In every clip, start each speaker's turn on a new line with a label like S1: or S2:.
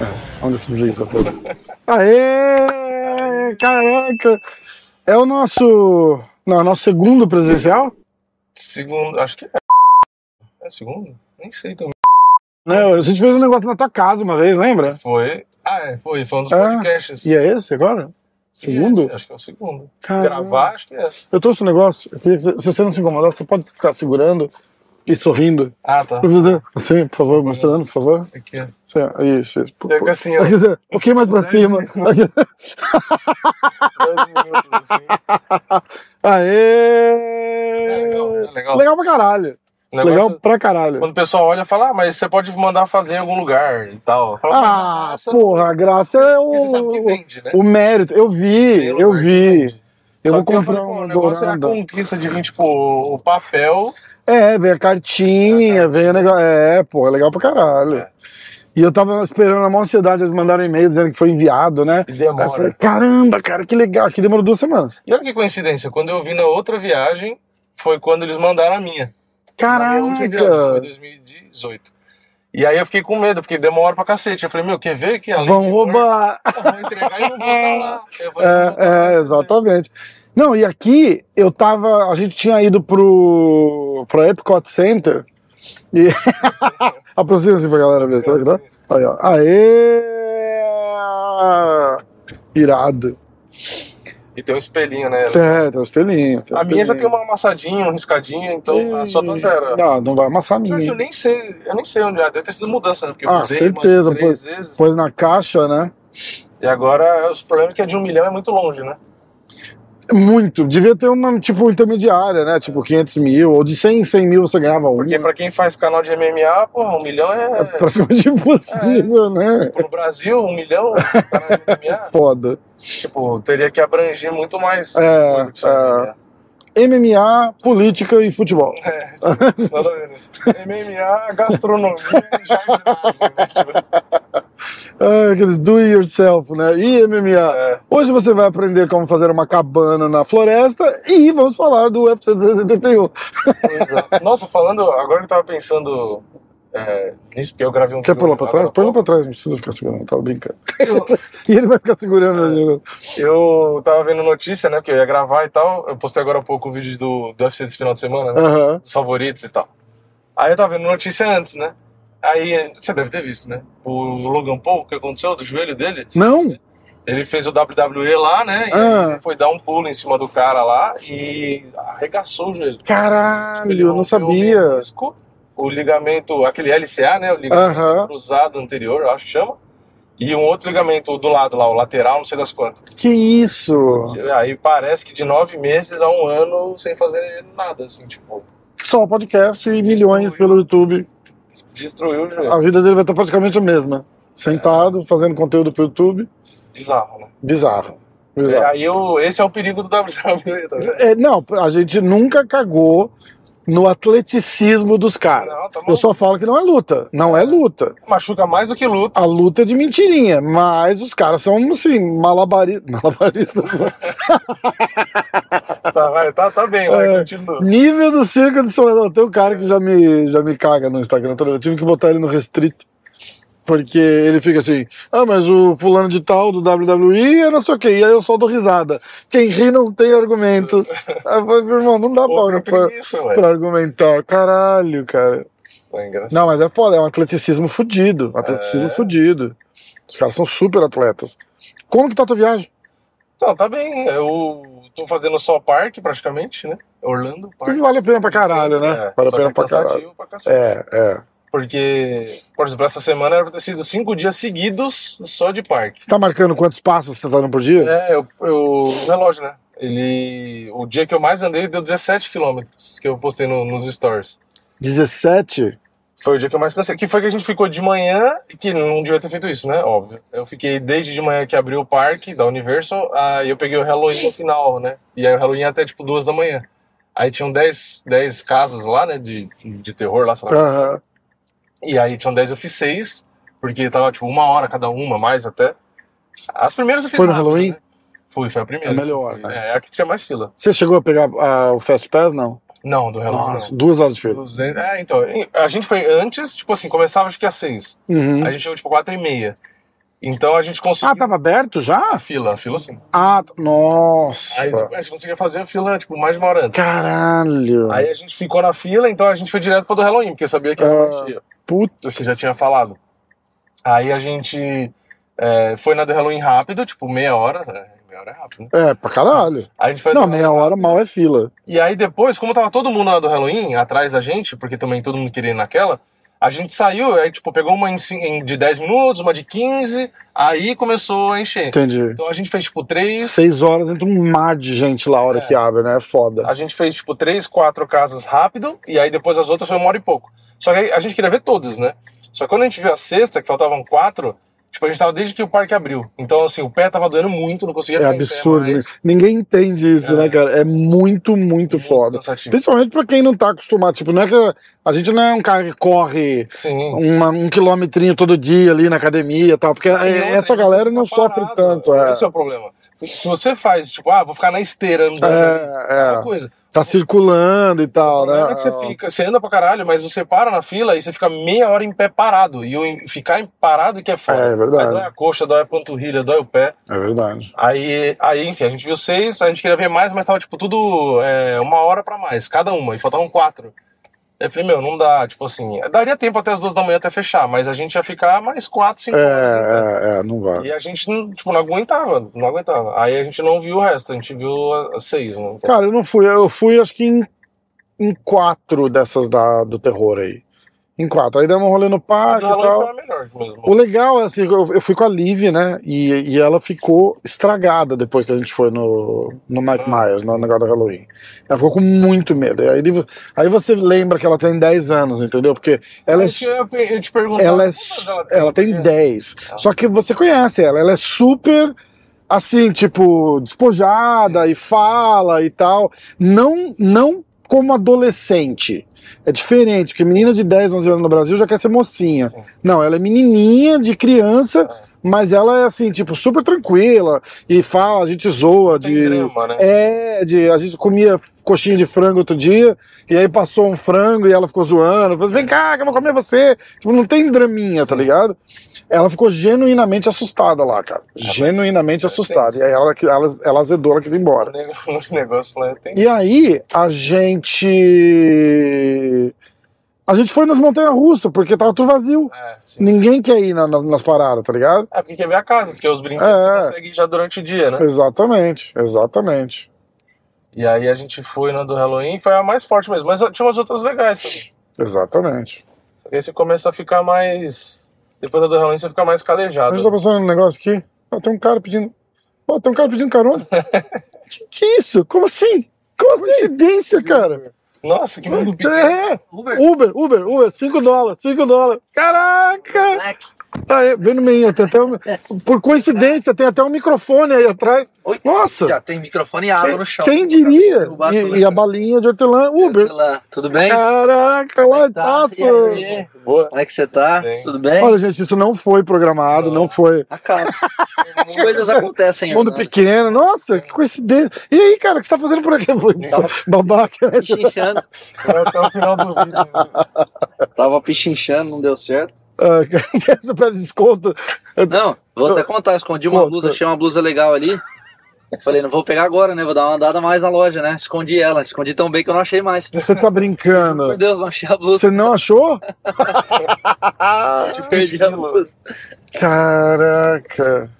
S1: É, onde que desliga essa porra? Aê! Caraca! É o nosso. Não, é o nosso segundo presencial?
S2: Segundo, acho que é. É segundo? Nem sei também.
S1: Não, a gente fez um negócio na tua casa uma vez, lembra?
S2: Foi. Ah, é, foi. Foi um dos
S1: Ah,
S2: podcasts.
S1: E é esse agora? Segundo?
S2: Esse, acho que é o segundo.
S1: Caramba.
S2: Gravar, acho que é.
S1: Eu trouxe um negócio, eu queria que você- se você não se incomodar, você pode ficar segurando e sorrindo.
S2: Ah, tá.
S1: Por favor, Assim, por favor, mostrando, por favor.
S2: Esse aqui é.
S1: Assim, ó, Isso, isso. Por-
S2: É que
S1: por-
S2: assim, ó.
S1: Quer dizer, Um pouquinho mais pra cima.
S2: Dois minutos, assim. É
S1: Aê!
S2: legal, é legal.
S1: Legal pra caralho.
S2: O negócio- é,
S1: Legal pra caralho.
S2: Quando o pessoal olha e fala, ah, mas você pode mandar fazer em algum lugar e tal. Fala,
S1: Ah,
S2: "Nossa,
S1: porra, a graça é
S2: porque Você sabe que
S1: o,
S2: vende, né?
S1: o mérito. Eu vi,
S2: Tem
S1: eu
S2: lugar que
S1: vi.
S2: vende.
S1: Eu
S2: Só
S1: vou
S2: que eu
S1: comprar um
S2: falei, pô,
S1: uma
S2: O negócio é a
S1: dourada.
S2: conquista de vir, tipo, o papel.
S1: É, vem a cartinha,
S2: A
S1: vem o negócio. É, pô, é legal pra caralho.
S2: É.
S1: E eu tava esperando a maior ansiedade, eles mandaram um e-mail dizendo que foi enviado, né?
S2: E
S1: Aí eu falei,
S2: demora.
S1: caramba, cara, que legal. Aqui demorou duas semanas.
S2: E olha que coincidência, quando eu vim na outra viagem, foi quando eles mandaram a minha. Na minha última viagem, né? foi
S1: Caraca!
S2: 2018. E aí eu fiquei com medo, porque demora pra cacete. Eu falei, meu, quer ver que além
S1: Vão
S2: de
S1: roubar.
S2: Eu vou entregar e não vou tá lá. Eu vou não vou tá lá,
S1: É, é,
S2: você
S1: exatamente. Não, e aqui eu tava. A gente tinha ido pro, pro Epcot Center. E. Aproxima-se pra galera ver, será que dá? Aí, ó. Aê! Irado.
S2: vê. E tem um espelhinho, né?
S1: É, tem um espelhinho. tem um
S2: A minha já tem
S1: espelhinho.
S2: uma amassadinha, um riscadinho, então a sua tá zero.
S1: Não, não vai amassar a
S2: Pior que
S1: minha.
S2: eu nem sei, eu nem sei onde é. Deve ter sido mudança, né? Porque eu
S1: Ah,
S2: mudei
S1: certeza,
S2: umas três vezes.
S1: Pôs na caixa, né?
S2: E agora os problemas é que é de um milhão é muito longe, né?
S1: Muito. Devia ter uma, tipo, intermediária, né? Tipo, 500 mil. Ou de 100 em 100 mil você ganhava um.
S2: Porque pra quem faz canal de MMA, porra, um milhão
S1: É
S2: é.
S1: praticamente impossível, né?
S2: Tipo, no Brasil, um milhão canal de MMA,
S1: Foda.
S2: tipo, teria que abranger muito mais
S1: É,
S2: coisa que né? só
S1: é.
S2: MMA.
S1: MMA, política e futebol.
S2: É, nada a ver, né? MMA, gastronomia e jardinagem, né? Tipo,
S1: Ah, aqueles do it yourself, né? E MMA.
S2: é,
S1: Hoje você vai aprender como fazer uma cabana na floresta e vamos falar do UFC 271.
S2: pois é. Nossa, falando, agora eu tava pensando é, nisso, porque eu gravei um
S1: Quer pular
S2: filme
S1: pra
S2: agora
S1: trás?
S2: há
S1: Põe lá
S2: pouco.
S1: pra trás, não precisa ficar segurando, tava brincando. E ele vai ficar segurando. né,
S2: Eu tava vendo notícia, né, que eu ia gravar e tal. Eu postei agora há pouco o vídeo do, do UFC desse final de semana, né?
S1: Aham.
S2: Dos favoritos e tal. Aí eu tava vendo notícia antes, né? Aí, você deve ter visto, né? O Logan Paul, o que aconteceu do joelho dele?
S1: Não?
S2: Ele fez o WWE lá, né? E
S1: Ah.
S2: ele foi dar um pulo em cima do cara lá e arregaçou o joelho.
S1: Caralho, eu não
S2: rompeu o
S1: sabia.
S2: menisco, O ligamento, aquele LCA, né? O ligamento
S1: Aham.
S2: cruzado anterior, eu acho que chama. E um outro ligamento do lado lá, o lateral, não sei das quantas.
S1: Que isso?
S2: Aí parece que de nove meses a um ano sem fazer nada, assim, tipo,
S1: Só podcast e milhões pelo YouTube.
S2: destruiu o joelho.
S1: A vida dele vai estar praticamente a mesma. Sentado, fazendo conteúdo pro YouTube.
S2: Bizarro, né?
S1: Bizarro. Bizarro.
S2: Aí eu, esse é o perigo do WWE, tá vendo?
S1: É, não, a gente nunca cagou no atleticismo dos caras.
S2: Não, tá bom.
S1: Eu só falo que não é luta. Não é luta.
S2: Machuca mais do que luta.
S1: A luta é de mentirinha, mas os caras são, assim, malabari... malabaristas.
S2: Tá, vai, tá, tá bem, vai,
S1: É.
S2: continua.
S1: Nível do circo de Soledad. Tem um cara que já me, já me caga no Instagram. toda vez. Eu tive que botar ele no restrito. Porque ele fica assim, ah, mas o fulano de tal do WWE é não sei o quê. E aí eu só dou risada. Quem ri não tem argumentos. Aí eu falei, meu irmão, não dá
S2: Pô, que
S1: pra, pra,
S2: preguiça, velho.
S1: pra argumentar. Caralho, cara.
S2: Tá engraçado.
S1: Não, mas é foda, é um atleticismo fudido. um Atleticismo
S2: É.
S1: fudido. Os caras são super atletas. Como que tá a tua viagem?
S2: Então, tá bem. Eu tô fazendo só parque, praticamente, né? Orlando Park.
S1: Vale a pena pra caralho, né?
S2: É,
S1: Vale a
S2: só
S1: pena
S2: que
S1: pra caralho.
S2: cansativo pra cacete.
S1: É, é.
S2: Porque, por exemplo, essa semana era pra ter sido cinco dias seguidos só de parque.
S1: Você tá marcando quantos passos você tá dando por dia?
S2: É, eu, eu, o relógio, né? Ele. O dia que eu mais andei deu 17 quilômetros, que eu postei no- nos stories.
S1: 17?
S2: Foi o dia que eu mais cansei. Que foi que a gente ficou de manhã, que não devia ter feito isso, né? Óbvio. Eu fiquei desde de manhã que abriu o parque da Universal, aí eu peguei o Halloween no final, né? E aí o Halloween até tipo duas da manhã. Aí tinham 10, 10 casas lá, né? De, de terror lá, sei lá.
S1: Aham.
S2: E aí tinham 10, eu fiz 6, porque tava tipo uma hora cada uma, mais até. As primeiras eu fiz
S1: Foi no
S2: rápido,
S1: Halloween?
S2: né? Fui, foi a primeira.
S1: É melhor,
S2: Fui.
S1: né?
S2: É, a que tinha mais fila.
S1: Você chegou a pegar ah, o Fast Pass? Não.
S2: Não, do relógio.
S1: Nossa, duas horas de
S2: não.
S1: fila.
S2: 200. É, então. A gente foi antes, tipo assim, começava acho que às seis.
S1: Uhum.
S2: A gente chegou tipo quatro e meia. Então a gente conseguiu.
S1: Ah, tava aberto
S2: a
S1: já?
S2: fila, a fila sim.
S1: Ah, t-
S2: Aí
S1: nossa.
S2: a gente conseguia fazer a fila, tipo, mais de uma hora antes.
S1: Caralho.
S2: Aí a gente ficou na fila, então a gente foi direto pra do Halloween, porque sabia que
S1: Ah.
S2: era ah.
S1: Puta.
S2: Você já tinha falado. Aí a gente é, foi na do Halloween rápido, tipo, meia hora. né? Meia hora é rápido, né?
S1: É, pra caralho.
S2: Aí a gente foi
S1: Não, meia hora mal é fila.
S2: E aí depois, como tava todo mundo na do Halloween, atrás da gente, porque também todo mundo queria ir naquela, a gente saiu, aí tipo, pegou uma em cin- em- de 10 minutos, uma de 15, aí começou a encher.
S1: Entendi.
S2: Então a gente fez tipo três,
S1: Seis horas entra um mar de gente lá a hora
S2: É.
S1: que abre, né? É foda.
S2: a gente fez tipo três, quatro casas rápido, e aí depois as outras foi uma hora e pouco. Só que aí a gente queria ver todas, né? Só que quando a gente viu a sexta, que faltavam quatro, tipo, a gente tava desde que o parque abriu. Então assim, o pé tava doendo muito, não conseguia
S1: É
S2: ficar em pé
S1: absurdo.
S2: mais.
S1: né? Ninguém entende isso,
S2: É. assim.
S1: né, cara? É muito, muito foda.
S2: cansativo.
S1: Principalmente pra quem não tá acostumado. Tipo, não é que a gente não é um cara que corre
S2: Sim.
S1: uma- um quilometrinho todo dia ali na academia e tal, porque é,
S2: E outra,
S1: essa
S2: você
S1: galera
S2: fica
S1: não sofre
S2: parado.
S1: tanto. É,
S2: Esse é o problema. Se você faz, tipo, ah, vou ficar na esteira andando. ali,
S1: é,
S2: uma
S1: é.
S2: coisa.
S1: tá circulando e
S2: O
S1: tal,
S2: problema
S1: né?
S2: é que você fica, você anda pra caralho, mas você para na fila e você fica meia hora em pé parado. E o em- ficar em parado que é foda.
S1: É, é verdade.
S2: Aí dói a coxa, dói a panturrilha, dói o pé.
S1: É verdade.
S2: Aí, aí, enfim, a gente viu seis, a gente queria ver mais, mas tava, tipo, tudo é, uma hora pra mais, cada uma, e faltavam quatro. Aí eu falei, meu, não dá, tipo assim, daria tempo até as duas da manhã até fechar, mas a gente ia ficar mais quatro,
S1: É,
S2: cinco horas. em pé.
S1: é, é, não vai.
S2: E a gente, não- tipo, não aguentava, não aguentava. Aí a gente não viu o resto, a gente viu a- as seis, né? Então,
S1: Cara, eu não fui. Eu fui, acho que em, em quatro dessas da, do terror aí. Em quatro. Aí demos um rolê no
S2: a
S1: parque e
S2: do Halloween
S1: tal.
S2: foi a melhor mesmo.
S1: O legal é assim, eu, eu fui com a Liv, né? E, e ela ficou estragada depois que a gente foi no, no Mike
S2: Ah,
S1: Myers, no negócio do Halloween. Ela ficou com muito medo. E Aí, ele- aí você lembra que ela tem 10 anos, entendeu? Porque ela é,
S2: Aí eu, ia- eu te perguntava,
S1: ela, é,
S2: quantas
S1: ela tem
S2: porque-
S1: 10. Só que você conhece ela, ela é super assim, tipo, despojada e fala e tal. Não, não como adolescente. É diferente, porque menina de 10, 11 anos no Brasil já quer ser mocinha.
S2: Sim.
S1: Não, ela é menininha de criança,
S2: Ah.
S1: mas ela é assim, tipo, super tranquila e fala, a gente zoa
S2: Tem
S1: de
S2: drama, né?
S1: é, de, a gente comia coxinha de frango outro dia, e aí passou um frango e ela ficou zoando. Falou, assim, Vem cá, que eu vou comer você. Tipo, não tem draminha, tá
S2: Sim.
S1: ligado? Ela ficou genuinamente assustada lá, cara.
S2: mas-
S1: genuinamente
S2: é
S1: assustada.
S2: tenso.
S1: E aí ela, ela, ela azedou, ela quis ir
S2: O
S1: embora.
S2: nego- o negócio lá é tem.
S1: E aí a gente. A gente foi nas montanhas russas, porque tava tudo vazio.
S2: É, sim.
S1: Ninguém quer ir na- na- nas paradas, tá ligado?
S2: É, porque quer ver a casa, porque os brinquedos
S1: É.
S2: você consegue ir já durante o dia, né?
S1: Exatamente, exatamente.
S2: E aí a gente foi na do Halloween, foi a mais forte mesmo, mas tinha umas outras legais também.
S1: Exatamente.
S2: Só que aí você começa a ficar mais. Depois da do Halloween você fica mais
S1: A
S2: calejado.
S1: gente tá passando um negócio aqui. Ó, tem um cara pedindo. Ó, tem um cara pedindo carona. que, que isso? Como assim? Como Coincidência, cara.
S2: Nossa, que mundo pequeno.
S1: É.
S3: Uber,
S1: Uber, Uber, Uber, 5 dólares, 5 dólares. Caraca!
S3: Black,
S1: Aí, vem no meio, tem até um- por coincidência, tem até um microfone aí atrás.
S3: É. Oi.
S1: Nossa!
S3: já tem microfone e água no chão.
S1: Quem diria?
S3: Derrubar tudo.
S1: E, e a balinha de hortelã, Uber.
S3: Lá, Tudo bem?
S1: Caraca,
S3: Como é que tá?
S1: lartaço!
S3: E aí?
S2: Boa.
S3: Como é que você tá?
S2: Bem.
S3: Tudo bem?
S1: Olha, gente, isso não foi programado, não foi.
S3: Acaba. As coisas acontecem. né?
S1: Mundo
S3: Hernando.
S1: pequeno, né? nossa, que coincidência. E aí, cara, o que você tá fazendo por aqui? Então,
S3: Tava
S1: Babaca, né?
S3: pichinchando.
S2: Vai até o final do vídeo.
S3: Tava pichinchando, não deu certo.
S1: Ah, cara, Você pede desconto.
S3: Não, vou até contar. Escondi uma
S1: Conta.
S3: blusa, achei uma blusa legal ali. Falei, não vou pegar agora, né? Vou dar uma andada mais na loja, né? Escondi ela. Escondi tão bem que eu não achei mais.
S1: Você tá
S3: Por
S1: brincando.
S3: Deus, não achei a blusa.
S1: Você não achou?
S3: Eu Perdi a blusa.
S1: Caraca.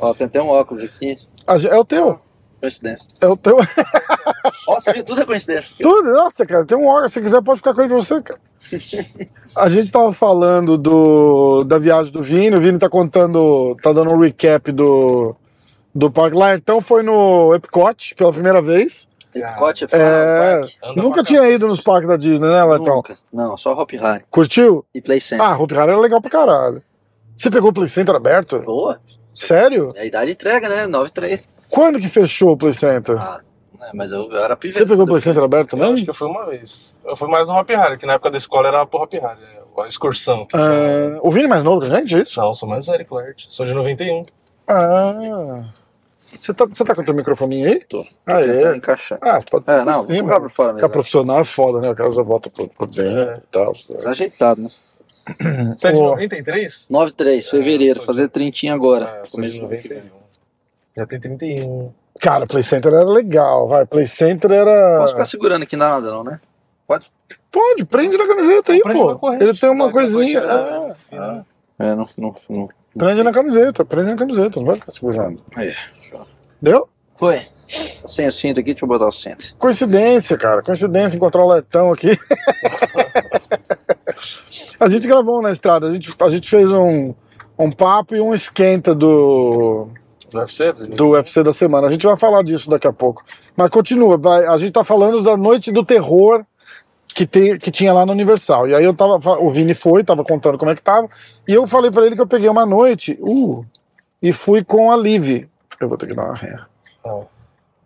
S3: Ó, tem até um óculos aqui.
S1: A gen- É o teu.
S3: Coincidência.
S1: É o teu.
S3: Ó, você viu? Tudo é coincidência.
S1: Tudo. Nossa, cara, tem um órgão. Se quiser, pode ficar com ele pra você, cara. A gente tava falando do, da viagem do Vini. O Vini tá contando, tá dando um recap do, do parque. Lá, então, foi no Epcot pela primeira vez.
S3: Tem pacote aqui.
S1: É,
S2: Anda
S1: nunca
S2: pra
S1: tinha ido nos parques da Disney, né, Lertão?
S3: Nunca. Não, só Hop Hard
S1: Curtiu?
S3: e Play Center.
S1: Ah, Hope Hard era legal pra caralho. Você pegou o Play Center aberto?
S3: Boa.
S1: Sério?
S3: A idade entrega, né? 9-3.
S1: Quando que fechou o Play Center?
S3: Ah, né, mas eu, eu era
S1: Você
S3: pivete.
S1: pegou o Play Center aberto
S2: Eu acho
S1: também?
S2: que eu fui uma vez. Eu fui mais no Hop Harry, que na época da escola era pro Hop Harry, a excursão. que chama.
S1: é Ah, o Vini mais novo que a gente, isso?
S2: Não, eu sou mais velho, claro. Sou de 91.
S1: Ah. Você tá, você tá com o teu microfoninho aí?
S3: Tô.
S1: Ah,
S3: Tentando
S1: é?
S3: encaixar.
S1: Ah, pode
S3: tá É, não,
S1: sim,
S3: vou colocar pra fora
S1: Ficar
S3: mesmo.
S1: profissional é foda, né? O cara já volta pro, pro dentro e tal.
S3: Desajeitado, né?
S2: Você é de
S1: Pô.
S2: 93?
S3: 9-3, fevereiro,
S2: sou de-
S3: fazer trintinha
S2: Ah,
S3: agora.
S2: eu sou
S3: começo
S2: de
S3: do fevereiro.
S2: 91. Já tem 31.
S1: Cara, Play Center era legal, vai. Play Center era.
S3: Posso ficar segurando aqui nada, não, né?
S1: Pode, prende na camiseta aí,
S2: Prende
S1: pô.
S2: uma corrente,
S1: Ele tem uma
S2: né? Depois
S1: coisinha.
S2: tira,
S1: é.
S2: né? Fina.
S3: É, não. não, não.
S1: Prende
S3: né?
S1: na camiseta, prende na camiseta, não vai ficar segurando.
S3: Aí.
S1: Deu?
S3: Oi. Sem o cinto aqui, deixa eu botar o cinto.
S1: Coincidência, cara. Coincidência encontrar o Lertão aqui. a gente gravou um na estrada, a gente, a gente fez um, um papo e um esquenta do,
S2: Do UFC?
S1: do UFC da semana. A gente vai falar disso daqui a pouco. Mas continua, vai. A gente tá falando da noite do terror que, tem, que tinha lá no Universal. E aí eu tava. fa- O Vini foi, tava contando como é que tava. E eu falei pra ele que eu peguei uma noite. Uh, e fui com a Liv. Eu vou ter que dar uma ré.
S2: Não.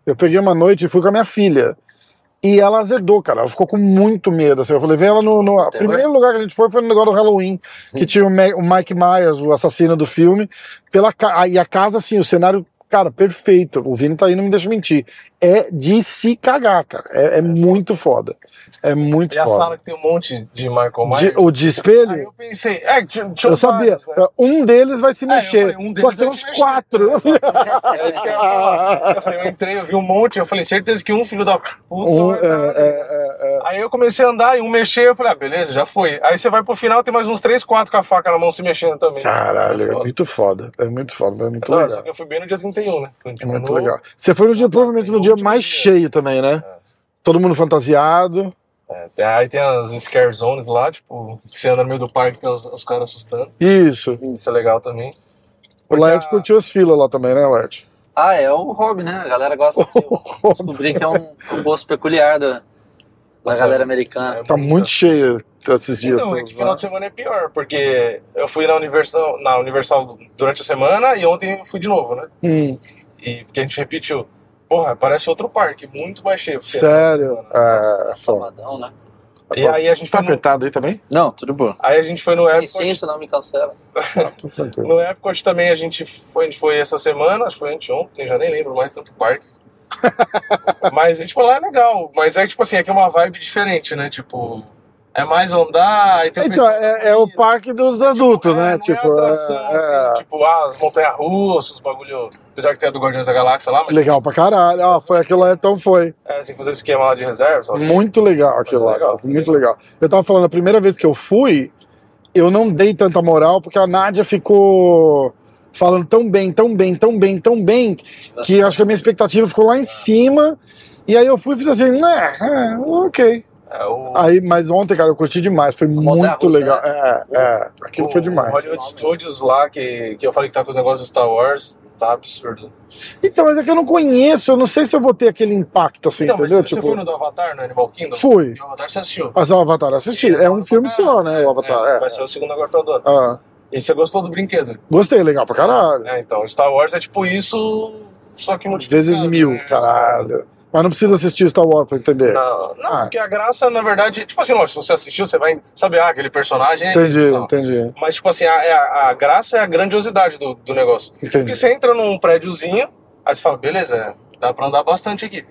S1: Eu peguei uma noite e fui com a minha filha. E ela azedou, cara. Ela ficou com muito medo. Assim. Eu falei, vem ela no. no... O primeiro lugar que a gente foi foi no negócio do Halloween, que tinha o, Ma- o Mike Myers, o assassino do filme. Pela ca... ah, E a casa, assim, o cenário, cara, perfeito. O Vini tá aí, não me deixa mentir. É de se cagar, cara. É, é muito foda. É muito
S2: E a
S1: foda.
S2: sala que tem um monte de Michael Myers.
S1: De- o de
S2: Aí
S1: espelho,
S2: eu pensei, é, tinha, tinha
S1: eu
S2: uns
S1: sabia.
S2: vários, né?
S1: Um deles vai se
S2: É, eu
S1: mexer.
S2: falei, um
S1: Só
S2: deles
S1: que tem
S2: vai
S1: uns
S2: se mexer.
S1: quatro. Eu falei,
S2: É isso que eu ia falar. Eu falei, eu entrei, eu vi um monte, eu falei, certeza que um filho da puta.
S1: um,
S2: vai
S1: é,
S2: dar, né?
S1: é, é, é.
S2: Aí eu comecei a andar e um mexer, eu falei, ah, beleza, já foi. Aí você vai pro final, tem mais uns três, quatro com a faca na mão se mexendo também.
S1: Caralho, é
S2: Foda.
S1: muito foda. É muito foda, é muito
S2: Não,
S1: legal.
S2: só que eu fui bem no dia 31, né?
S1: É Muito legal. Você foi no dia, provavelmente no dia mais cheio também, né?
S2: É.
S1: Todo mundo fantasiado.
S2: É, aí tem as scare zones lá, tipo, que você anda no meio do parque, tem os, os caras assustando.
S1: Isso.
S2: Isso é legal também.
S1: O
S2: Porque
S1: Laerte
S2: a-
S1: curtiu as filas lá também, né, Laerte?
S3: Ah, é o hobby, né? A galera gosta de descobrir que é um, um gosto peculiar da, da
S2: Nossa,
S3: galera
S2: É
S3: americana.
S1: Tá muito cheio esses dias.
S2: Então, é que final de semana é pior, porque eu fui na Universal, na Universal durante a semana e ontem eu fui de novo, né?
S1: Hum,
S2: E porque a gente repetiu. Porra, parece outro parque, muito mais cheio. porque-
S1: sério?
S2: né?
S1: É, só.
S3: Sabadão, né?
S2: E aí a gente
S1: Tá
S2: foi no,
S1: apertado aí também?
S3: Não, tudo bom.
S2: aí a gente foi no Epcot.
S3: Licença, não me cancela.
S2: Tá
S1: Tô tranquilo.
S2: No Epcot também a gente foi, a gente foi essa semana, acho que foi anteontem, já nem lembro mais tanto parque. mas, tipo, lá é legal. Mas é, tipo assim, aqui é uma vibe diferente, né? Tipo, é mais andar... Aí tem
S1: Então, é, é o parque dos adultos,
S2: É,
S1: né?
S2: não
S1: Tipo,
S2: é
S1: é-
S2: atração,
S1: é-
S2: assim, tipo, ah, as montanhas russas, os bagulho. Apesar que tem a do Guardiões da Galáxia lá, mas
S1: legal pra caralho. Ah, foi aquilo lá, então foi.
S2: é, tem que fazer o esquema lá de reserva. só que-
S1: Muito legal aquilo
S2: Mas
S1: lá,
S2: é legal,
S1: cara,
S2: tá
S1: muito legal. Eu tava falando, a primeira vez que eu fui, eu não dei tanta moral, porque a Nádia ficou falando tão bem, tão bem, tão bem, tão bem, que acho que a minha expectativa ficou lá em cima. E aí eu fui e fiz assim, né, é, ok.
S2: É, o,
S1: Aí, mas ontem, cara, eu curti demais, foi muito
S3: montanha-russa,
S1: legal. É, é, aquilo
S2: né? o-
S1: foi
S2: o
S1: demais.
S2: Hollywood Studios lá, que, que eu falei que tá com os negócios do Star Wars, tá absurdo.
S1: Então, mas é que eu não conheço, eu não sei se eu vou ter aquele impacto assim,
S2: Então, mas
S1: entendeu?
S2: você,
S1: Tipo,
S2: você foi no do Avatar, no Animal Kingdom?
S1: fui.
S2: E o Avatar você assistiu.
S1: Mas o Avatar eu assisti, é um filme só, né, o Avatar.
S2: É,
S1: é.
S2: Vai ser o segundo agora pra Dora.
S1: Ah,
S2: E você gostou do brinquedo?
S1: gostei, legal pra caralho.
S2: É, então, Star Wars é tipo isso, só que multiplicado.
S1: Vezes mil,
S2: né?
S1: caralho. Mas não precisa assistir Star Wars pra entender.
S2: Não, não
S1: Ah.
S2: porque a graça, na verdade, tipo assim, lógico, se você assistiu, você vai saber, ah, aquele personagem é
S1: entendi,
S2: isso e tal.
S1: entendi,
S2: Mas, tipo assim, a, é a- a graça é a grandiosidade do, do negócio. Porque
S1: entendi.
S2: você entra num prédiozinho, aí você fala, beleza, é, dá pra andar bastante aqui.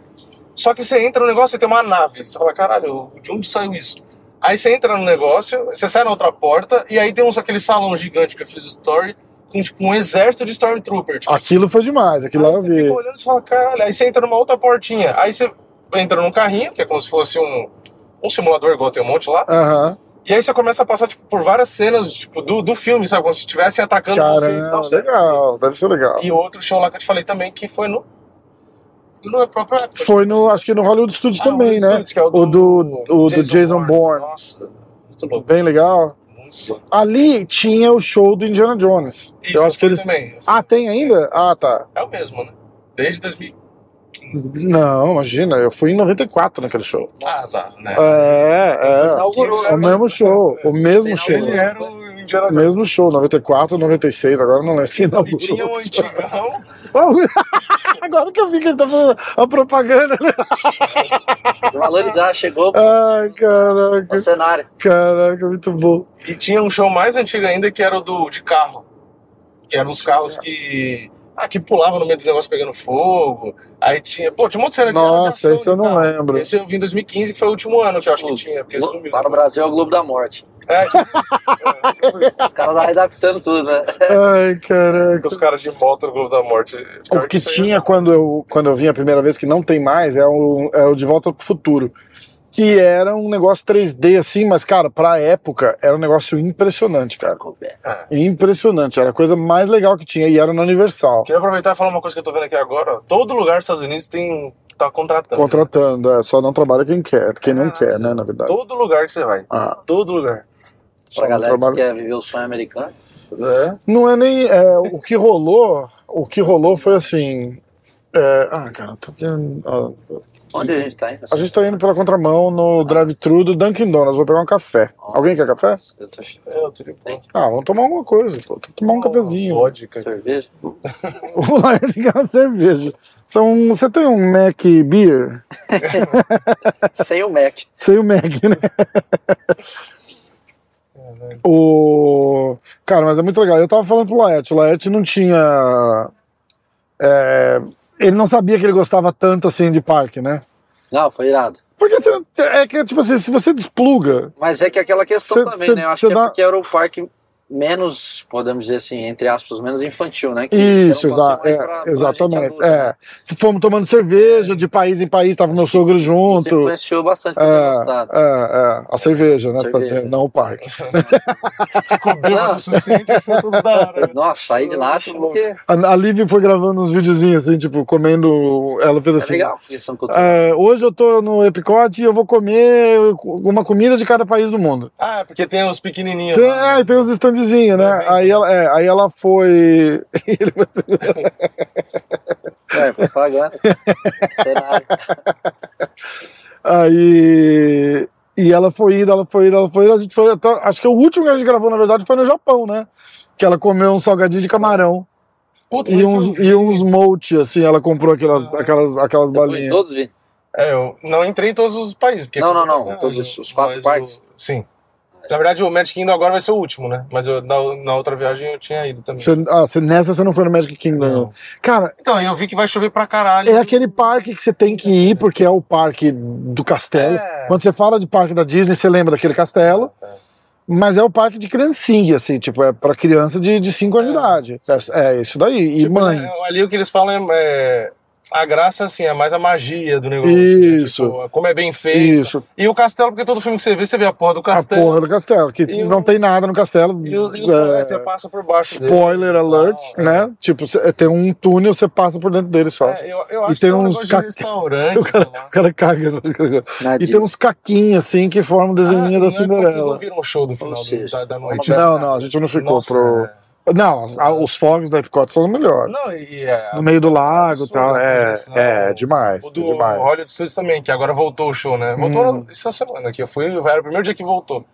S2: Só que você entra no negócio e tem uma nave. Você fala, caralho, de onde saiu isso? Aí você entra no negócio, você sai na outra porta, e aí tem uns, aquele salão gigante que eu fiz story, com tipo um exército de Stormtrooper. Tipo,
S1: Aquilo foi demais, aquilo lá
S2: Aí
S1: eu
S2: você
S1: vi.
S2: fica olhando e você fala, caralho, aí você entra numa outra portinha. Aí você entra num carrinho, que é como se fosse um, um simulador, igual tem um monte lá.
S1: Aham.
S2: E aí você começa a passar tipo, por várias cenas tipo, do, do filme, sabe? Como se estivessem atacando você. e
S1: Caramba,
S2: assim, tal, né? sabe?
S1: é legal, deve ser legal.
S2: E outro show lá que eu te falei também, que foi no. No próprio. Epcot.
S1: Foi no, acho que no Hollywood Studios
S2: Ah,
S1: também,
S2: Rolling
S1: né?
S2: Stones, que é
S1: O do, o do Jason Bourne.
S2: Nossa, muito louco.
S1: Bem legal.
S2: Muito louco.
S1: Ali tinha o show do Indiana Jones.
S2: E
S1: Eu acho que
S2: foi
S1: eles.
S2: Também.
S1: Ah, tem ainda? Ah, tá.
S2: É o mesmo, né? Desde 2000.
S1: Não, imagina, eu fui em 94 naquele show.
S2: Ah, tá, né?
S1: É, é.
S3: Inaugurou,
S1: É o mesmo show, o mesmo show.
S2: Ele era o Indiana Jones.
S1: Mesmo show, 94, 96, agora não lembro. se
S2: E
S1: inaugurou.
S2: tinha o antigão.
S1: Agora que eu vi que ele tá fazendo a propaganda. né?
S3: Valorizar, chegou
S1: Ai, caraca,
S3: no cenário.
S1: caraca, muito bom.
S2: E tinha um show mais antigo ainda que era o do de carro. Que eram os carros que. Ah, que pulava no meio dos negócios pegando fogo. Aí tinha. Pô, tinha um monte de cena de de
S1: Nossa,
S2: ação
S1: esse
S2: de
S1: eu não
S2: carro.
S1: lembro.
S2: Esse eu vi em 2015, que foi o último ano que eu acho que
S3: Glo-
S2: tinha, porque
S3: Glo-
S2: sumiu.
S3: Lá no Brasil é o Globo da Morte.
S2: É, tipo isso. É, tipo isso.
S3: Os caras lá adaptando tudo, né?
S1: Ai, caraca.
S2: Os caras de moto no Globo da Morte. Pior
S1: O que
S2: é isso aí, né?
S1: tinha quando eu, quando eu vim a primeira vez, que não tem mais, é o, é o De Volta pro Futuro. Que era um negócio 3D assim, mas, cara, pra época era um negócio impressionante, cara.
S2: Ah.
S1: Impressionante. Era a coisa mais legal que tinha e era na Universal.
S2: Queria aproveitar e falar uma coisa que eu tô vendo aqui agora. ó. Todo lugar dos Estados Unidos tem. tá contratando.
S1: Contratando, é, só não trabalha quem quer, quem não
S2: Caralho.
S1: quer, né, na verdade.
S2: Todo lugar que você vai.
S1: Ah.
S2: Todo lugar.
S1: Só um
S3: Pra
S1: não
S3: galera que
S1: trabalha-
S3: quer viver o sonho americano.
S1: Não é nem. é, o que rolou, o que rolou foi assim. é, ah, cara, tá tendo, ó,
S3: Onde a gente tá, hein?
S1: a gente tá indo pela contramão no drive-thru do Dunkin' Donuts. Vou pegar um café. Alguém quer café?
S3: Eu tô cheio
S2: É, eu tô de boa.
S1: Ah, vamos tomar alguma coisa. Pô. Tem que Tomar um cafezinho.
S2: Vodka.
S3: de é cerveja.
S1: O Laird quer uma cerveja. São, você tem um Mac Beer?
S3: Sem o Mac.
S1: Sem o Mac, né? O... Cara, mas é muito legal. Eu tava falando pro Laerte. O Laerte não tinha. é, Ele não sabia que ele gostava tanto assim de parque, né?
S3: Não, foi irado.
S1: Porque você- é que, tipo assim, se você despluga.
S3: Mas é que aquela questão
S1: Cê-
S3: também,
S1: cê-
S3: né? Eu acho
S1: cê
S3: que
S1: dá-
S3: é porque era o parque menos, podemos dizer assim, entre aspas, menos infantil, né? Que
S1: Isso,
S3: era um passeio
S1: exa
S3: mais
S1: é,
S3: pra- pra gente
S1: exatamente.
S3: adulta, né? É.
S1: é. Fomos tomando cerveja de país em país, tava meu sogro
S3: Isso
S1: junto.
S3: influenciou bastante pra ter gostado.
S1: É, é, é, a cerveja, né? Você tá
S3: Cerveja.
S1: dizendo, não o parque.
S2: Ficou bêbado
S3: Não.
S2: o suficiente, foi tudo da hora. né?
S3: Nossa, saí de lá
S2: Muito
S3: achando
S2: louco.
S3: que é
S1: A, a Liv foi gravando uns videozinhos assim, tipo, comendo. Ela fez assim.
S3: É legal. Questão cultural.
S1: "É, hoje eu tô no Epicote e eu vou comer uma comida de cada país do mundo.
S2: Ah, porque tem os pequenininhos.
S1: Tem,
S2: lá, né?
S1: é, tem uns standzinhos, né?
S2: Evento.
S1: Aí ela, é, aí ela foi. Ele vai se-
S3: É,
S1: né?
S3: propaganda. Cenário.
S1: Aí. E ela foi indo, ela foi indo, ela foi indo. A gente foi. até- acho que o último que a gente gravou, na verdade, foi no Japão, né? Que ela comeu um salgadinho de camarão
S2: Puta,
S1: e
S2: mas
S1: uns,
S2: eu vi.
S1: e uns mochi, assim. Ela comprou aquelas, aquelas, aquelas
S3: Você foi em
S1: balinhas.
S3: todos, Vini?
S2: É, eu não entrei em todos os países. Porque é né?
S3: Não, não, não, todos os- os quatro
S2: mas
S3: parques.
S2: o- sim. Na verdade, o Magic Kingdom agora vai ser o último, né? Mas eu- na, na outra viagem eu tinha ido também.
S1: Você- ah, você- nessa você não foi no Magic Kingdom.
S2: Não.
S1: não. Cara,
S2: Então, eu vi que vai chover pra caralho.
S1: é aquele parque que você tem que ir porque é o parque do castelo.
S2: É.
S1: Quando você fala de parque da Disney, você lembra daquele castelo,
S2: É.
S1: mas é o parque de criancinha, assim, tipo, é pra criança de 5 anos de idade. É, é isso daí. E
S2: Tipo,
S1: mãe.
S2: é, ali o que eles falam é. é, a graça, assim, é mais a magia do negócio. né?
S1: Isso.
S2: Tipo, como é bem feito.
S1: Isso,
S2: E o castelo, porque todo filme que você vê, você vê a porra do
S1: a
S2: castelo.
S1: porra do castelo, que
S2: E o-
S1: não tem nada no castelo.
S2: E, o- e os
S1: é,
S2: caras, você passa por baixo dele.
S1: spoiler alert,
S2: Não,
S1: né? Tipo, cê- tem um túnel, você passa por dentro dele só.
S2: É, eu, eu
S1: Tá. E
S2: acho
S1: tem
S2: que é um
S1: uns
S2: negócio
S1: ca-
S2: de restaurante,
S1: O cara,
S2: sei lá. Ah,
S1: o cara caga. no-
S3: Na
S1: E tem um uns caquinhos, assim, que formam o desenho
S2: Ah,
S1: da
S2: não, Vocês
S1: Cinderela.
S2: não viram o show do final
S3: Ou
S2: do-
S3: seja,
S2: da, da noite? né?
S3: uma
S1: Não, não, a gente não ficou
S2: Nossa,
S1: pro.
S2: é.
S1: Não, as- a- os fogos da Epcot são os melhores.
S2: Não, e é,
S1: No meio do lago e
S2: absurdo,
S1: tal. É,
S2: né, isso,
S1: é,
S2: né?
S1: é demais.
S2: o
S1: é
S2: do
S1: demais. Hum.
S2: Hollywood Studios também, que agora voltou o show, né? Voltou essa semana que eu fui, era o primeiro dia que voltou.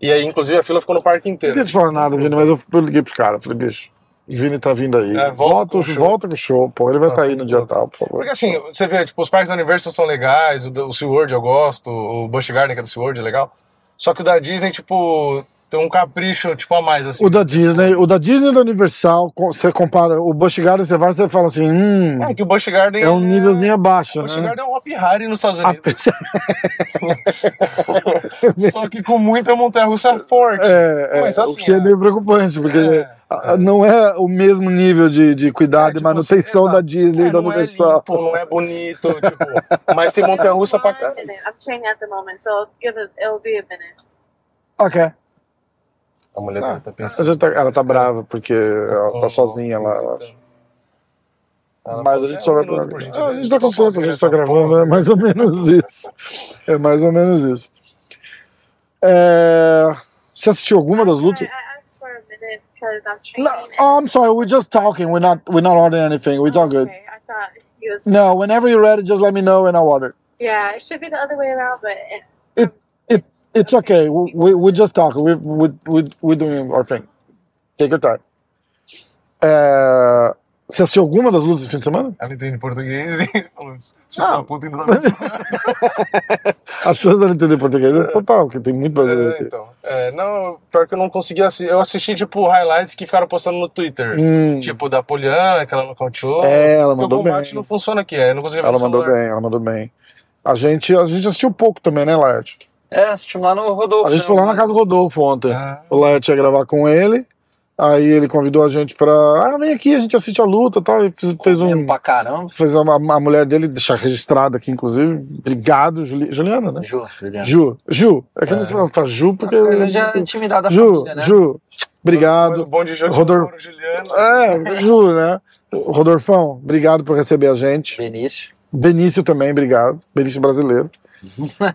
S2: E aí, inclusive, a fila ficou no parque
S1: Não
S2: inteiro.
S1: queria te falar nada, Vini, mas eu eu liguei pros caras. Falei, bicho, Vini tá vindo aí.
S2: É, volta
S1: volta,
S2: com o
S1: volta,
S2: show.
S1: com o show, pô. Ele vai
S2: Ah,
S1: estar aí no dia
S2: volta.
S1: tal, por favor.
S2: Porque assim, você vê, tipo, os parques da Universal são legais, o, do- o SeaWorld eu gosto, o Busch Garden, que é do SeaWorld, é legal. Só que o da Disney, tipo, tem um capricho, tipo, a mais, assim.
S1: O da Disney, o da Disney e da Universal, com- você compara o Busch Garden, você vai, você fala assim, hum,
S2: É que o Busch Garden...
S1: é um nívelzinho abaixo,
S2: O Busch
S1: né?
S2: Garden é um Hop Harry nos Estados Unidos.
S1: Apesar-
S2: Só que com muita montanha-russa forte.
S1: É, é,
S2: Mas assim,
S1: o que é
S2: é-
S1: meio preocupante, porque
S2: É.
S1: ah, não é o mesmo nível de, de cuidado
S2: É, tipo
S1: e manutenção
S2: assim,
S1: da
S2: exato.
S1: Disney e
S2: É,
S1: da
S2: não é
S1: Universal.
S2: limpo, não é bonito, tipo, mas tem montanha-russa pra
S4: One
S2: cá.
S4: minute. I'm chewing at the moment, so I'll give it. It'll be a minute.
S1: ok.
S2: A mulher
S1: Ah,
S2: tá
S1: a
S2: pensando.
S1: gente tá- ela tá brava, porque ela tá sozinha lá, eu acho. Mas a
S2: assim,
S1: gente
S2: um
S1: só vai. Ah, a gente tá
S2: então
S1: com tempo, a gente tá gravando, é mais ou menos isso. É mais ou menos isso. É, Você assistiu alguma das
S4: Sorry,
S1: lutas?
S4: I asked for a minute because I'm chewing.
S1: No, oh, I'm sorry. We're just talking. We're not. We're not ordering anything. We're all good.
S4: Okay, I thought he was.
S1: No, whenever you're ready, just let me know and I'll order.
S4: Yeah, it should be the other way around, but eh, it,
S1: It- It's it's okay. We we we're just talking. We we we we're doing our thing. Take your time. É, Você assistiu alguma das lutas do fim de semana?
S2: Ela entende português e falou: Você
S1: Ah.
S2: tá puta ainda tá
S1: A chance dela entender português é total, porque tem muito brasileiro
S2: é,
S1: aqui.
S2: então. É, não, pior que eu não consegui assistir. Eu assisti, tipo, highlights que ficaram postando no Twitter.
S1: Hum,
S2: Tipo, da Poliana, que ela nocauteou.
S1: é, ela
S2: Porque o
S1: mandou
S2: combate
S1: bem.
S2: não funciona aqui, é. Eu não consegui ver
S1: Ela
S2: no
S1: mandou
S2: celular.
S1: bem, ela mandou bem. A gente, a gente assistiu pouco também, né, Laerte?
S3: É, assistimos lá no Rodolfo.
S1: A gente
S3: né?
S1: foi lá na casa do Rodolfo ontem.
S2: Ah,
S1: O Laerte ia gravar com ele. Aí ele convidou a gente pra. Ah, vem aqui, a gente assiste a luta e tal. E fez, fez um.
S3: Comemos pra caramba.
S1: Fez a, a mulher dele, deixar registrada aqui, inclusive. Obrigado, Juli- Juliana, né?
S3: Ju, Juliano.
S1: Ju, Ju. É que eu não
S2: É.
S1: falo fala Ju porque.
S3: Já é intimidade da
S1: Ju,
S3: família, né?
S1: Ju,
S2: mas o
S1: obrigado.
S2: bom um de jogo
S1: Rodor-
S2: Rodor... Juliano.
S1: É, Ju, né? Rodolfão, obrigado por receber a gente.
S3: Benício.
S1: Benício também, obrigado. Benício brasileiro.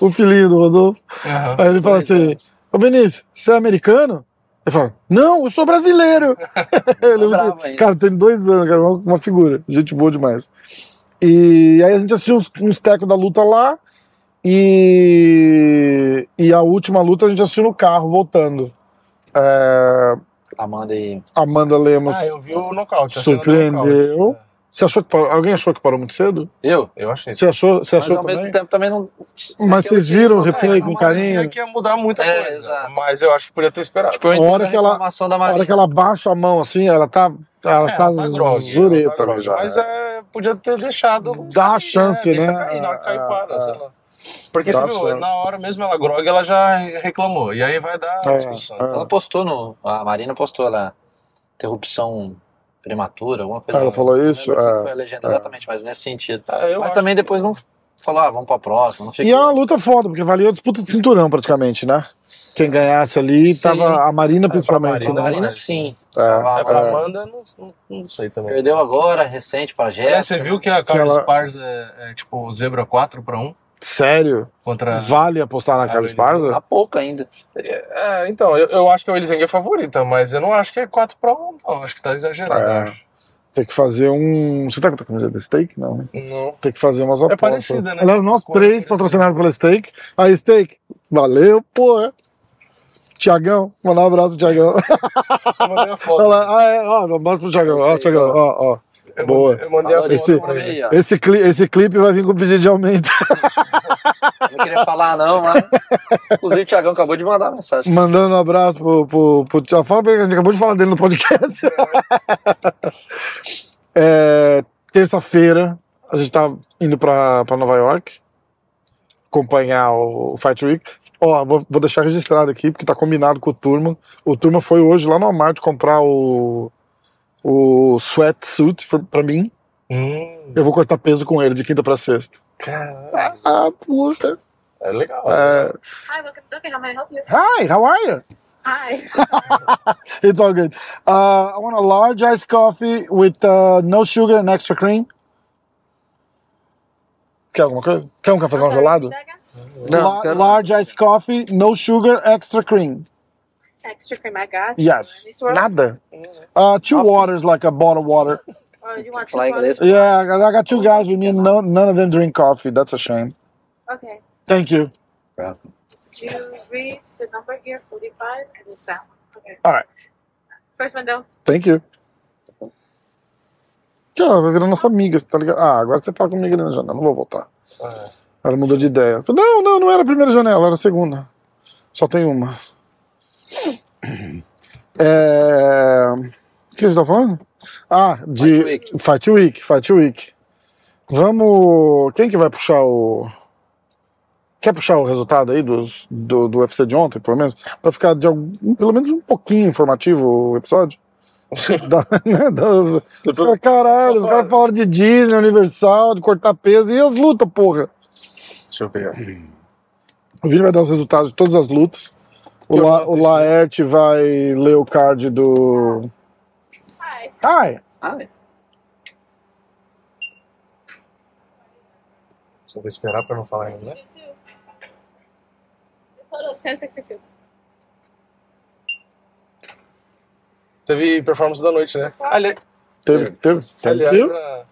S1: o filhinho do Rodolfo.
S2: Aham.
S1: Aí ele fala
S3: é.
S1: assim: Ô Benício, você é americano? Ele fala, não, eu sou brasileiro. Ele é muito-
S3: bravo ainda.
S1: Cara, tem dois anos, cara, uma, uma figura. Gente boa demais. E aí a gente assistiu uns, uns tecos da luta lá. E, e a última luta a gente assistiu no carro, voltando. É,
S3: Amanda e.
S1: Amanda Lemos.
S2: Ah, eu vi o nocaute. a cena do
S1: Surpreendeu.
S2: nocaute.
S1: Você achou que parou- Alguém achou que parou muito cedo?
S3: Eu?
S2: Eu achei.
S1: Você achou, você
S3: Mas
S1: achou
S3: ao
S1: também?
S3: mesmo tempo também não.
S1: Mas
S3: É que
S1: vocês
S3: eu-
S1: viram o
S3: é,
S1: replay
S3: é
S1: com
S3: uma
S1: carinho?
S2: Aqui ia mudar muita
S3: É,
S2: coisa.
S3: exato.
S2: Mas eu acho que podia ter esperado. É,
S3: Tipo, eu
S1: A
S3: entendo
S1: hora
S3: a
S1: que ela-
S3: reclamação da
S1: Na hora
S3: Maria.
S1: que ela baixa a mão assim, ela tá. Ela
S2: É,
S1: tá,
S2: tá grogue,
S1: zureta
S2: tá
S1: ali
S2: grogue,
S1: já.
S2: Mas
S1: né?
S2: é, podia ter deixado. É,
S1: Dá a chance,
S2: deixa
S1: né?
S2: Cair, na hora que caiu,
S1: Ah,
S2: para,
S1: ah,
S2: sei lá. Porque
S1: Dá
S2: você
S1: a
S2: viu,
S1: chance.
S2: na hora mesmo ela grogue, ela já reclamou. E aí vai dar
S1: É,
S2: discussão.
S1: é.
S3: Ela postou no. A Marina postou lá. Interrupção prematura, alguma coisa.
S1: Ela
S3: assim.
S1: falou
S3: Não
S1: isso?
S3: lembro o que
S1: É,
S3: Foi a legenda,
S1: é.
S3: exatamente, mas nesse sentido.
S2: Ah, eu
S3: Mas
S2: acho
S3: também
S2: que-
S3: depois não falou, ah, vamos pra próxima. Não
S1: E
S3: fica.
S1: é uma luta foda, porque valia a disputa de cinturão praticamente, né? Quem ganhasse ali
S3: Sim.
S1: tava a Marina principalmente,
S3: A
S2: Marina,
S1: né?
S3: Marina
S2: mas-
S3: sim.
S1: É.
S2: É
S3: Ela-
S2: pra
S3: ela
S2: Amanda, não, não, não sei também.
S3: Perdeu agora, recente, pra Jéssica.
S2: É, você viu que a Carla
S1: Aquela-
S2: Spars é, é tipo zebra 4 pra 1
S1: Sério?
S2: contra.
S1: Vale apostar na
S2: Ah,
S1: Carla
S2: eles-
S1: É, Esparza?
S3: Há Tá pouco ainda.
S2: É, então, eu, eu acho que a Elisen é favorita, mas eu não acho que é 4 pra 1 não. Acho que tá exagerado.
S1: É.
S2: eu acho.
S1: Tem que fazer um. Você tá com a camisa da Steak? Não, né?
S2: Não.
S1: Tem que fazer umas apostas.
S2: parecida, né?
S1: Aliás, nós
S2: Cor
S1: três
S2: parecida.
S1: patrocinados pela Steak. Aí, Steak, valeu, porra. Tiagão, mandar um abraço pro Tiagão.
S2: Eu mandei a foto.
S1: Olha lá, ah, é, ó, mostra pro Tiagão, ó, Tiagão, ó, ó.
S2: Eu
S1: Boa.
S2: mandei- Eu mandei a foto.
S3: Valoriza
S1: esse-
S2: pra ele.
S3: aí, ó.
S1: Esse, cli esse clipe vai vir com pedido de aumento.
S3: Não queria falar, não, mas. Inclusive, o Thiagão acabou de mandar uma mensagem.
S1: Mandando um abraço pro, pro, pro Thiago. Fala pra ele que a gente acabou de falar dele no podcast. É, Terça-feira, a gente tá indo pra, pra Nova York acompanhar o Fight Week. Ó, vou, vou deixar registrado aqui, porque tá combinado com o Turma. O Turma foi hoje lá no Walmart comprar o, o sweatsuit pra- pra mim.
S2: Hum,
S1: Eu vou cortar peso com ele de quinta pra sexta.
S2: cara,
S1: Ah, puta.
S2: é legal.
S1: É,
S4: Hi, welcome to Dunkin'. How may I help you?
S1: Uh, hi, how are you?
S4: Hi.
S1: It's all good. Uh, I want a large iced coffee with uh, no sugar and extra cream. Quer alguma coisa? Quer um cafezão gelado? La-
S3: quero-
S1: large iced coffee, no sugar, extra cream.
S4: Extra cream, I got. you.
S1: Yes.
S4: Any swirl?
S1: Nada. Uh, two waters, like a bottle of water.
S4: Or Oh, you want two
S3: Falar
S4: swirls?
S3: inglês.
S1: Yeah, I got- I got two guys. We need no, none of them drink coffee. That's a shame.
S4: Okay.
S1: Thank you.
S4: Do you read the number here, 45, and it's that one? Okay.
S1: All right.
S4: First window.
S1: Thank you. Que ela vai virar nossa amiga, você tá ligado? Ah, agora você fala comigo ali na janela, não vou voltar.
S2: É.
S1: Ela mudou de ideia. Falei, Não, não, não era a primeira janela, era a segunda. Só tem uma. É... O que a gente tá falando? Ah, de
S3: Fight
S1: Fight Week. Fight Week, Vamos. Quem que vai puxar o. Quer puxar o resultado aí dos, do, do UFC de ontem, pelo menos? Pra ficar de algum- pelo menos um pouquinho informativo o episódio? da, né, das- os caras, caralho, os caras falaram de Disney, Universal, de cortar peso e as lutas, porra.
S2: Deixa eu pegar.
S1: O Vini vai dar os resultados de todas as lutas. O,
S2: Eu não
S1: La- o
S2: assisti.
S1: Laerte vai ler o card do.
S4: Hi.
S1: Ai!
S3: Ah,
S2: Só vou esperar pra não falar ainda. né?
S4: Total 1062.
S2: Teve performance da noite, né? Ali-
S1: Teve, teve. Thank
S2: É. aliás, é.
S1: you.
S2: a-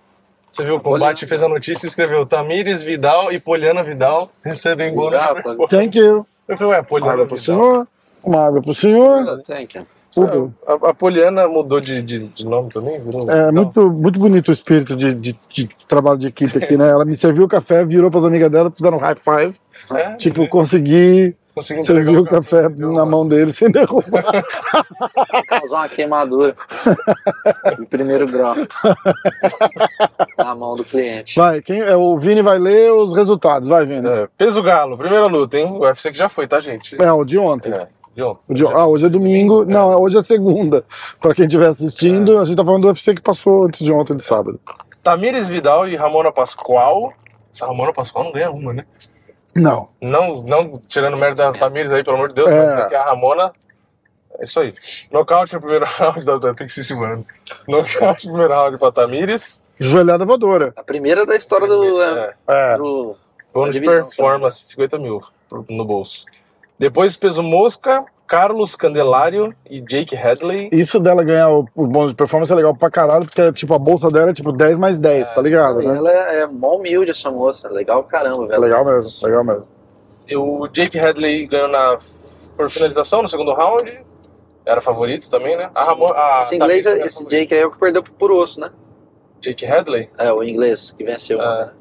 S2: você viu o combate, fez a notícia e escreveu Tamires Vidal e Poliana Vidal recebem bônus.
S3: Ah,
S2: pra-
S3: pode-
S1: Thank you.
S2: Eu falei, ué,
S1: Uma
S2: Poliana
S1: água pro
S2: Vidal.
S1: senhor. Uma água pro senhor.
S3: Thank you.
S2: É.
S1: tudo.
S2: A, a Poliana mudou de, de, de nome também? virou- um
S1: É
S2: Não.
S1: muito, muito bonito o espírito de, de- de trabalho de equipe aqui, né? Ela me serviu o café, virou pras amigas dela, fizeram um high five.
S2: É,
S1: Tipo, consegui
S2: consegui entregar
S1: servir o café
S2: entendeu?
S1: na mão dele sem derrubar.
S3: causar uma queimadura de primeiro grau na mão do cliente.
S1: Vai, quem, é, o Vini vai ler os resultados, vai, Vini.
S2: É, peso galo, primeira luta, hein? O UFC que já foi, tá, gente?
S1: É, o de ontem.
S2: É, de ontem.
S1: O de- ah, hoje é domingo. Não, é- hoje é segunda. Pra quem estiver assistindo, a gente tá falando do UFC que passou antes de ontem, de sábado.
S2: Tamires Vidal e Ramona Pascoal. Essa Ramona Pascoal não ganha uma, né?
S1: Não.
S2: Não, não tirando o mérito da Tamires aí, pelo amor de Deus,
S1: É.
S2: mas é que a Ramona. É isso aí. Nocaute no primeiro round da tem que se segurando. Nocaute no primeiro round pra Tamires.
S1: Joelhada voadora.
S3: A primeira da história do, é,
S2: É,
S1: É.
S3: do
S2: bônus de
S3: Divisão, né?
S2: performance, 50 mil pro- no bolso. Depois peso mosca, Carlos Candelário e Jake Hadley.
S1: Isso dela ganhar o, o bônus de performance é legal pra caralho, porque tipo, a bolsa dela é tipo 10 mais 10, tá ligado? Né?
S3: ela é, é mó humilde essa moça, legal caramba,
S1: É
S3: velho.
S1: legal mesmo, legal mesmo.
S2: E O Jake Hadley ganhou na, por finalização no segundo round. Era favorito também, né? A Ramon, a
S3: Esse inglês,
S2: Tamires era
S3: esse
S2: favorita.
S3: Jake aí é o que perdeu pro Purosso, né?
S2: Jake Hadley.
S3: É, o inglês que venceu.
S2: É.
S3: né?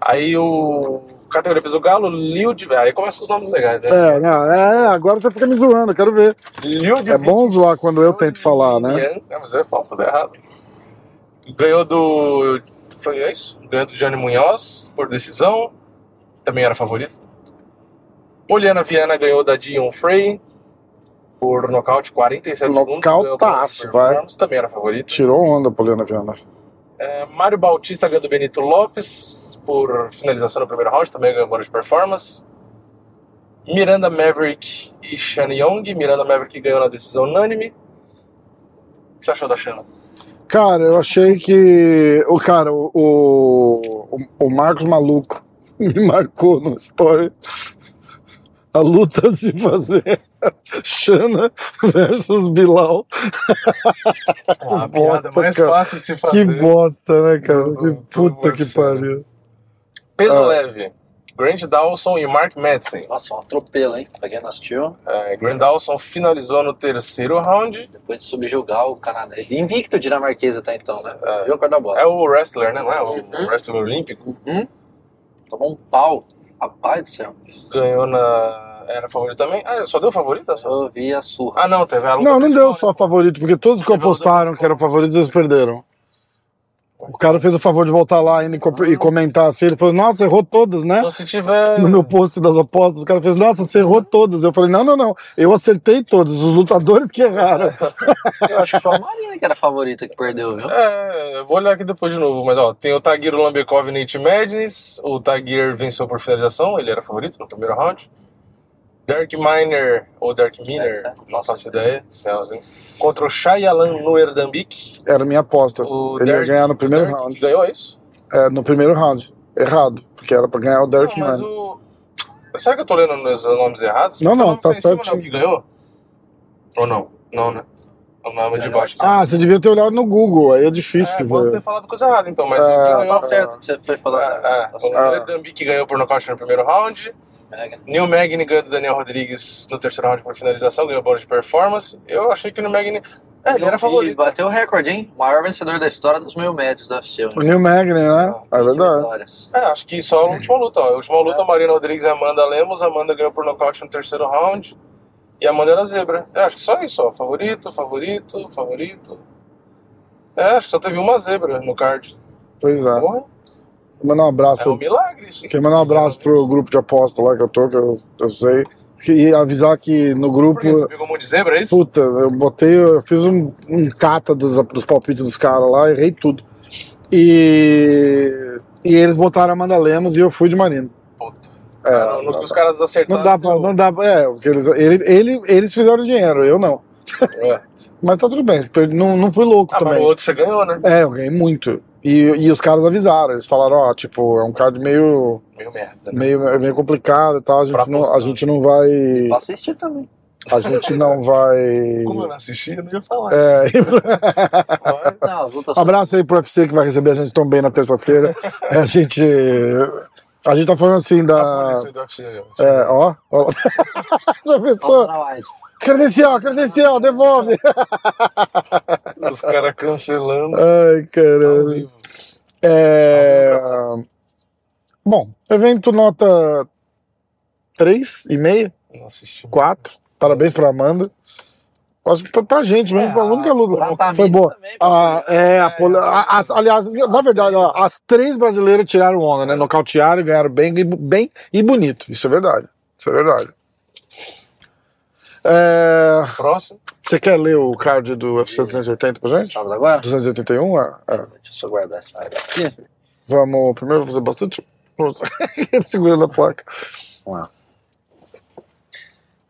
S2: Aí o categoria peso galo, Liu de... Aí começa os nomes legais, né?
S1: É, não, é, agora você fica me zoando, eu quero ver.
S2: Liu de
S1: É bom zoar quando eu tento falar, né?
S2: Yan, é, mas eu falo tudo errado. Ganhou do... Foi isso? Ganhou do Jânio Munhoz por decisão. Também era favorito. Poliana Viana ganhou da Dion Frey por nocaute 47 segundos. Ganhou por
S1: Nocautaço, vai.
S2: performance, Também era favorito.
S1: Tirou onda, Poliana Viana.
S2: É, Mário Bautista ganhou do Benito Lopes por finalização no primeiro round, também ganhou bônus de performance. Miranda Maverick e Shane Young. Miranda Maverick ganhou na decisão unânime. O que você achou da Shana?
S1: Cara, eu achei que. O cara, o, o, o Marcos Maluco me marcou no story. A luta a se fazer. Xana versus Bilal.
S2: Ah, A
S1: piada
S2: piada mais
S1: mais Tá cara.
S2: fácil de se
S1: Que
S2: fazer.
S1: bosta, né, cara?
S2: Do-
S1: Que
S2: do-
S1: puta
S2: do
S1: que
S2: UFC,
S1: pariu.
S2: Peso
S1: Ah.
S2: leve. Grant Dawson e Mark Madsen.
S3: Nossa, um atropelo, hein? Pra quem não assistiu,
S2: É, Grant Dawson finalizou no terceiro round.
S3: depois de subjugar o Canadá. Invicto dinamarquês até então, né? Viu a cor da bola.
S2: É o wrestler, né? Não é? O
S3: Uhum.
S2: wrestler olímpico.
S3: Uhum. Tomou um pau. Rapaz do céu.
S2: Ganhou na... Era favorito também? Ah, só deu favorito? Só?
S3: Eu vi a surra.
S2: Ah, não. Teve a luta
S1: Não, não
S2: principal,
S1: deu só favorito, porque todos que
S2: Teve né? os
S1: apostaram que eram favoritos, eles perderam. O cara fez o favor de voltar lá ainda e co-
S2: Ah.
S1: e comentar assim. Ele falou, nossa, errou todas, né?
S2: Então, se tiver.
S1: no meu post das apostas, o cara fez, nossa, você errou todas. Eu falei, não, não, não, eu acertei todas, os lutadores que erraram.
S3: Eu acho que foi a Marina que era a favorita que perdeu, viu?
S2: É, eu vou olhar aqui depois de novo, mas ó, tem o Tagir Lambekov e Nate Madness. O Tagir venceu por finalização, ele era favorito no primeiro round. Dark Miner, ou
S1: É,
S2: Dark Miner,
S3: Essa,
S2: não faço ideia, céus, hein? Contra o Shayalan no Erdambik.
S1: Era a minha aposta.
S2: O
S1: Ele ia
S2: Derek-
S1: ganhar no primeiro
S2: Derek
S1: round.
S2: Ganhou é isso?
S1: É, no primeiro round. Errado, porque era pra ganhar o Derek
S2: não, mas
S1: Mann.
S2: o. Será que eu tô lendo os nomes errados?
S1: Não, não,
S2: O nome
S1: tá
S2: em cima
S1: certinho.
S2: Não, que ganhou? Ou não? Não, né? O nome é de baixo.
S1: Ah, você devia ter olhado no Google, aí é difícil
S2: é,
S1: de
S2: posso
S1: ver.
S2: ter falado coisa errada então, mas.
S1: É,
S2: quem
S3: Não,
S2: ganhou-
S3: tá certo o que você foi falar.
S2: Ah,
S3: Tá
S2: ah,
S3: certo.
S2: o Erdambik ganhou por nocaute no primeiro round.
S3: Mega. né?
S2: Neil Magny ganhou do Daniel Rodrigues no terceiro round por finalização, ganhou bônus de performance. Eu achei que o Neil Magny. É, ele era
S3: E
S2: favorito.
S3: bateu o recorde, hein? Maior vencedor da história dos meio médios do UFC.
S1: O Neil Magny, né? É verdade.
S3: um Vitórias.
S2: É, acho que só a última luta. Ó. A última luta,
S3: É.
S2: Marina Rodrigues e Amanda Lemos. Amanda ganhou por nocaute no terceiro round. E a Amanda era zebra. É, acho que só isso, ó. Favorito, favorito, favorito. É, acho que só teve uma zebra no card.
S1: Pois é.
S2: Porra,
S1: Mandar um
S2: é um
S1: abraço.
S2: milagre isso.
S1: Quer mandar um abraço pro grupo de aposta lá que eu tô, que eu, eu sei. E avisar que no
S2: Por que você
S1: grupo.
S2: pegou um monte de zebra, é isso?
S1: Puta, eu botei, eu fiz um, um cata dos, dos palpites dos caras lá, errei tudo. E, e eles botaram Amanda Lemos e eu fui de Marina.
S2: Puta.
S1: É,
S2: Cara, no que os caras acertaram.
S1: não dá pra, não dá pra, é, porque eles, ele, ele- eles fizeram dinheiro, eu não.
S2: É.
S1: Mas tá tudo bem, per- não, não fui louco
S2: Ah, mas
S1: também.
S2: o outro você ganhou, né?
S1: É, eu ganhei muito. E, e os caras avisaram, eles falaram, ó, tipo, é um card meio,
S2: Meio merda. né?
S1: meio, é meio complicado e tal, a
S2: Pra
S1: gente, não, a
S2: apostar.
S1: gente não vai,
S3: Pra assistir também.
S1: a gente não vai...
S2: Como eu não assisti, eu não ia falar.
S1: É,
S2: Agora- tá Ah,
S3: Não, as lutas
S1: Abraço aí pro UFC que vai receber a gente tão bem na terça-feira. A gente A gente tá falando assim
S2: A
S1: da.
S2: polícia do UFC. ó.
S1: É, ó. ó. Já
S2: é
S1: pensou? Credencial, credencial, devolve. É.
S2: Os caras cancelando.
S1: Ai,
S2: ao
S1: caramba.
S2: vivo.
S1: É... Bom, evento nota 3,5,
S2: Não assisti.
S1: 4. Parabéns pra Amanda. Quase pra, pra gente mesmo,
S3: É,
S1: pra única luta. Foi boa.
S3: Também, né?
S1: Ah, é, a
S2: É,
S1: Pol- a- as- aliás, na verdade, ó, as três brasileiras tiraram onda, né? Nocautearam, e ganharam bem, e bu- bem e bonito. Isso é verdade. Isso é verdade. É,
S2: Próximo.
S1: Você quer ler o card do UFC 280 pra gente?
S3: Sábado agora?
S1: 281? É, é.
S3: Deixa eu só guardar essa área aqui.
S1: Vamos primeiro fazer bastante. Ele segura na placa.
S3: Vamos lá.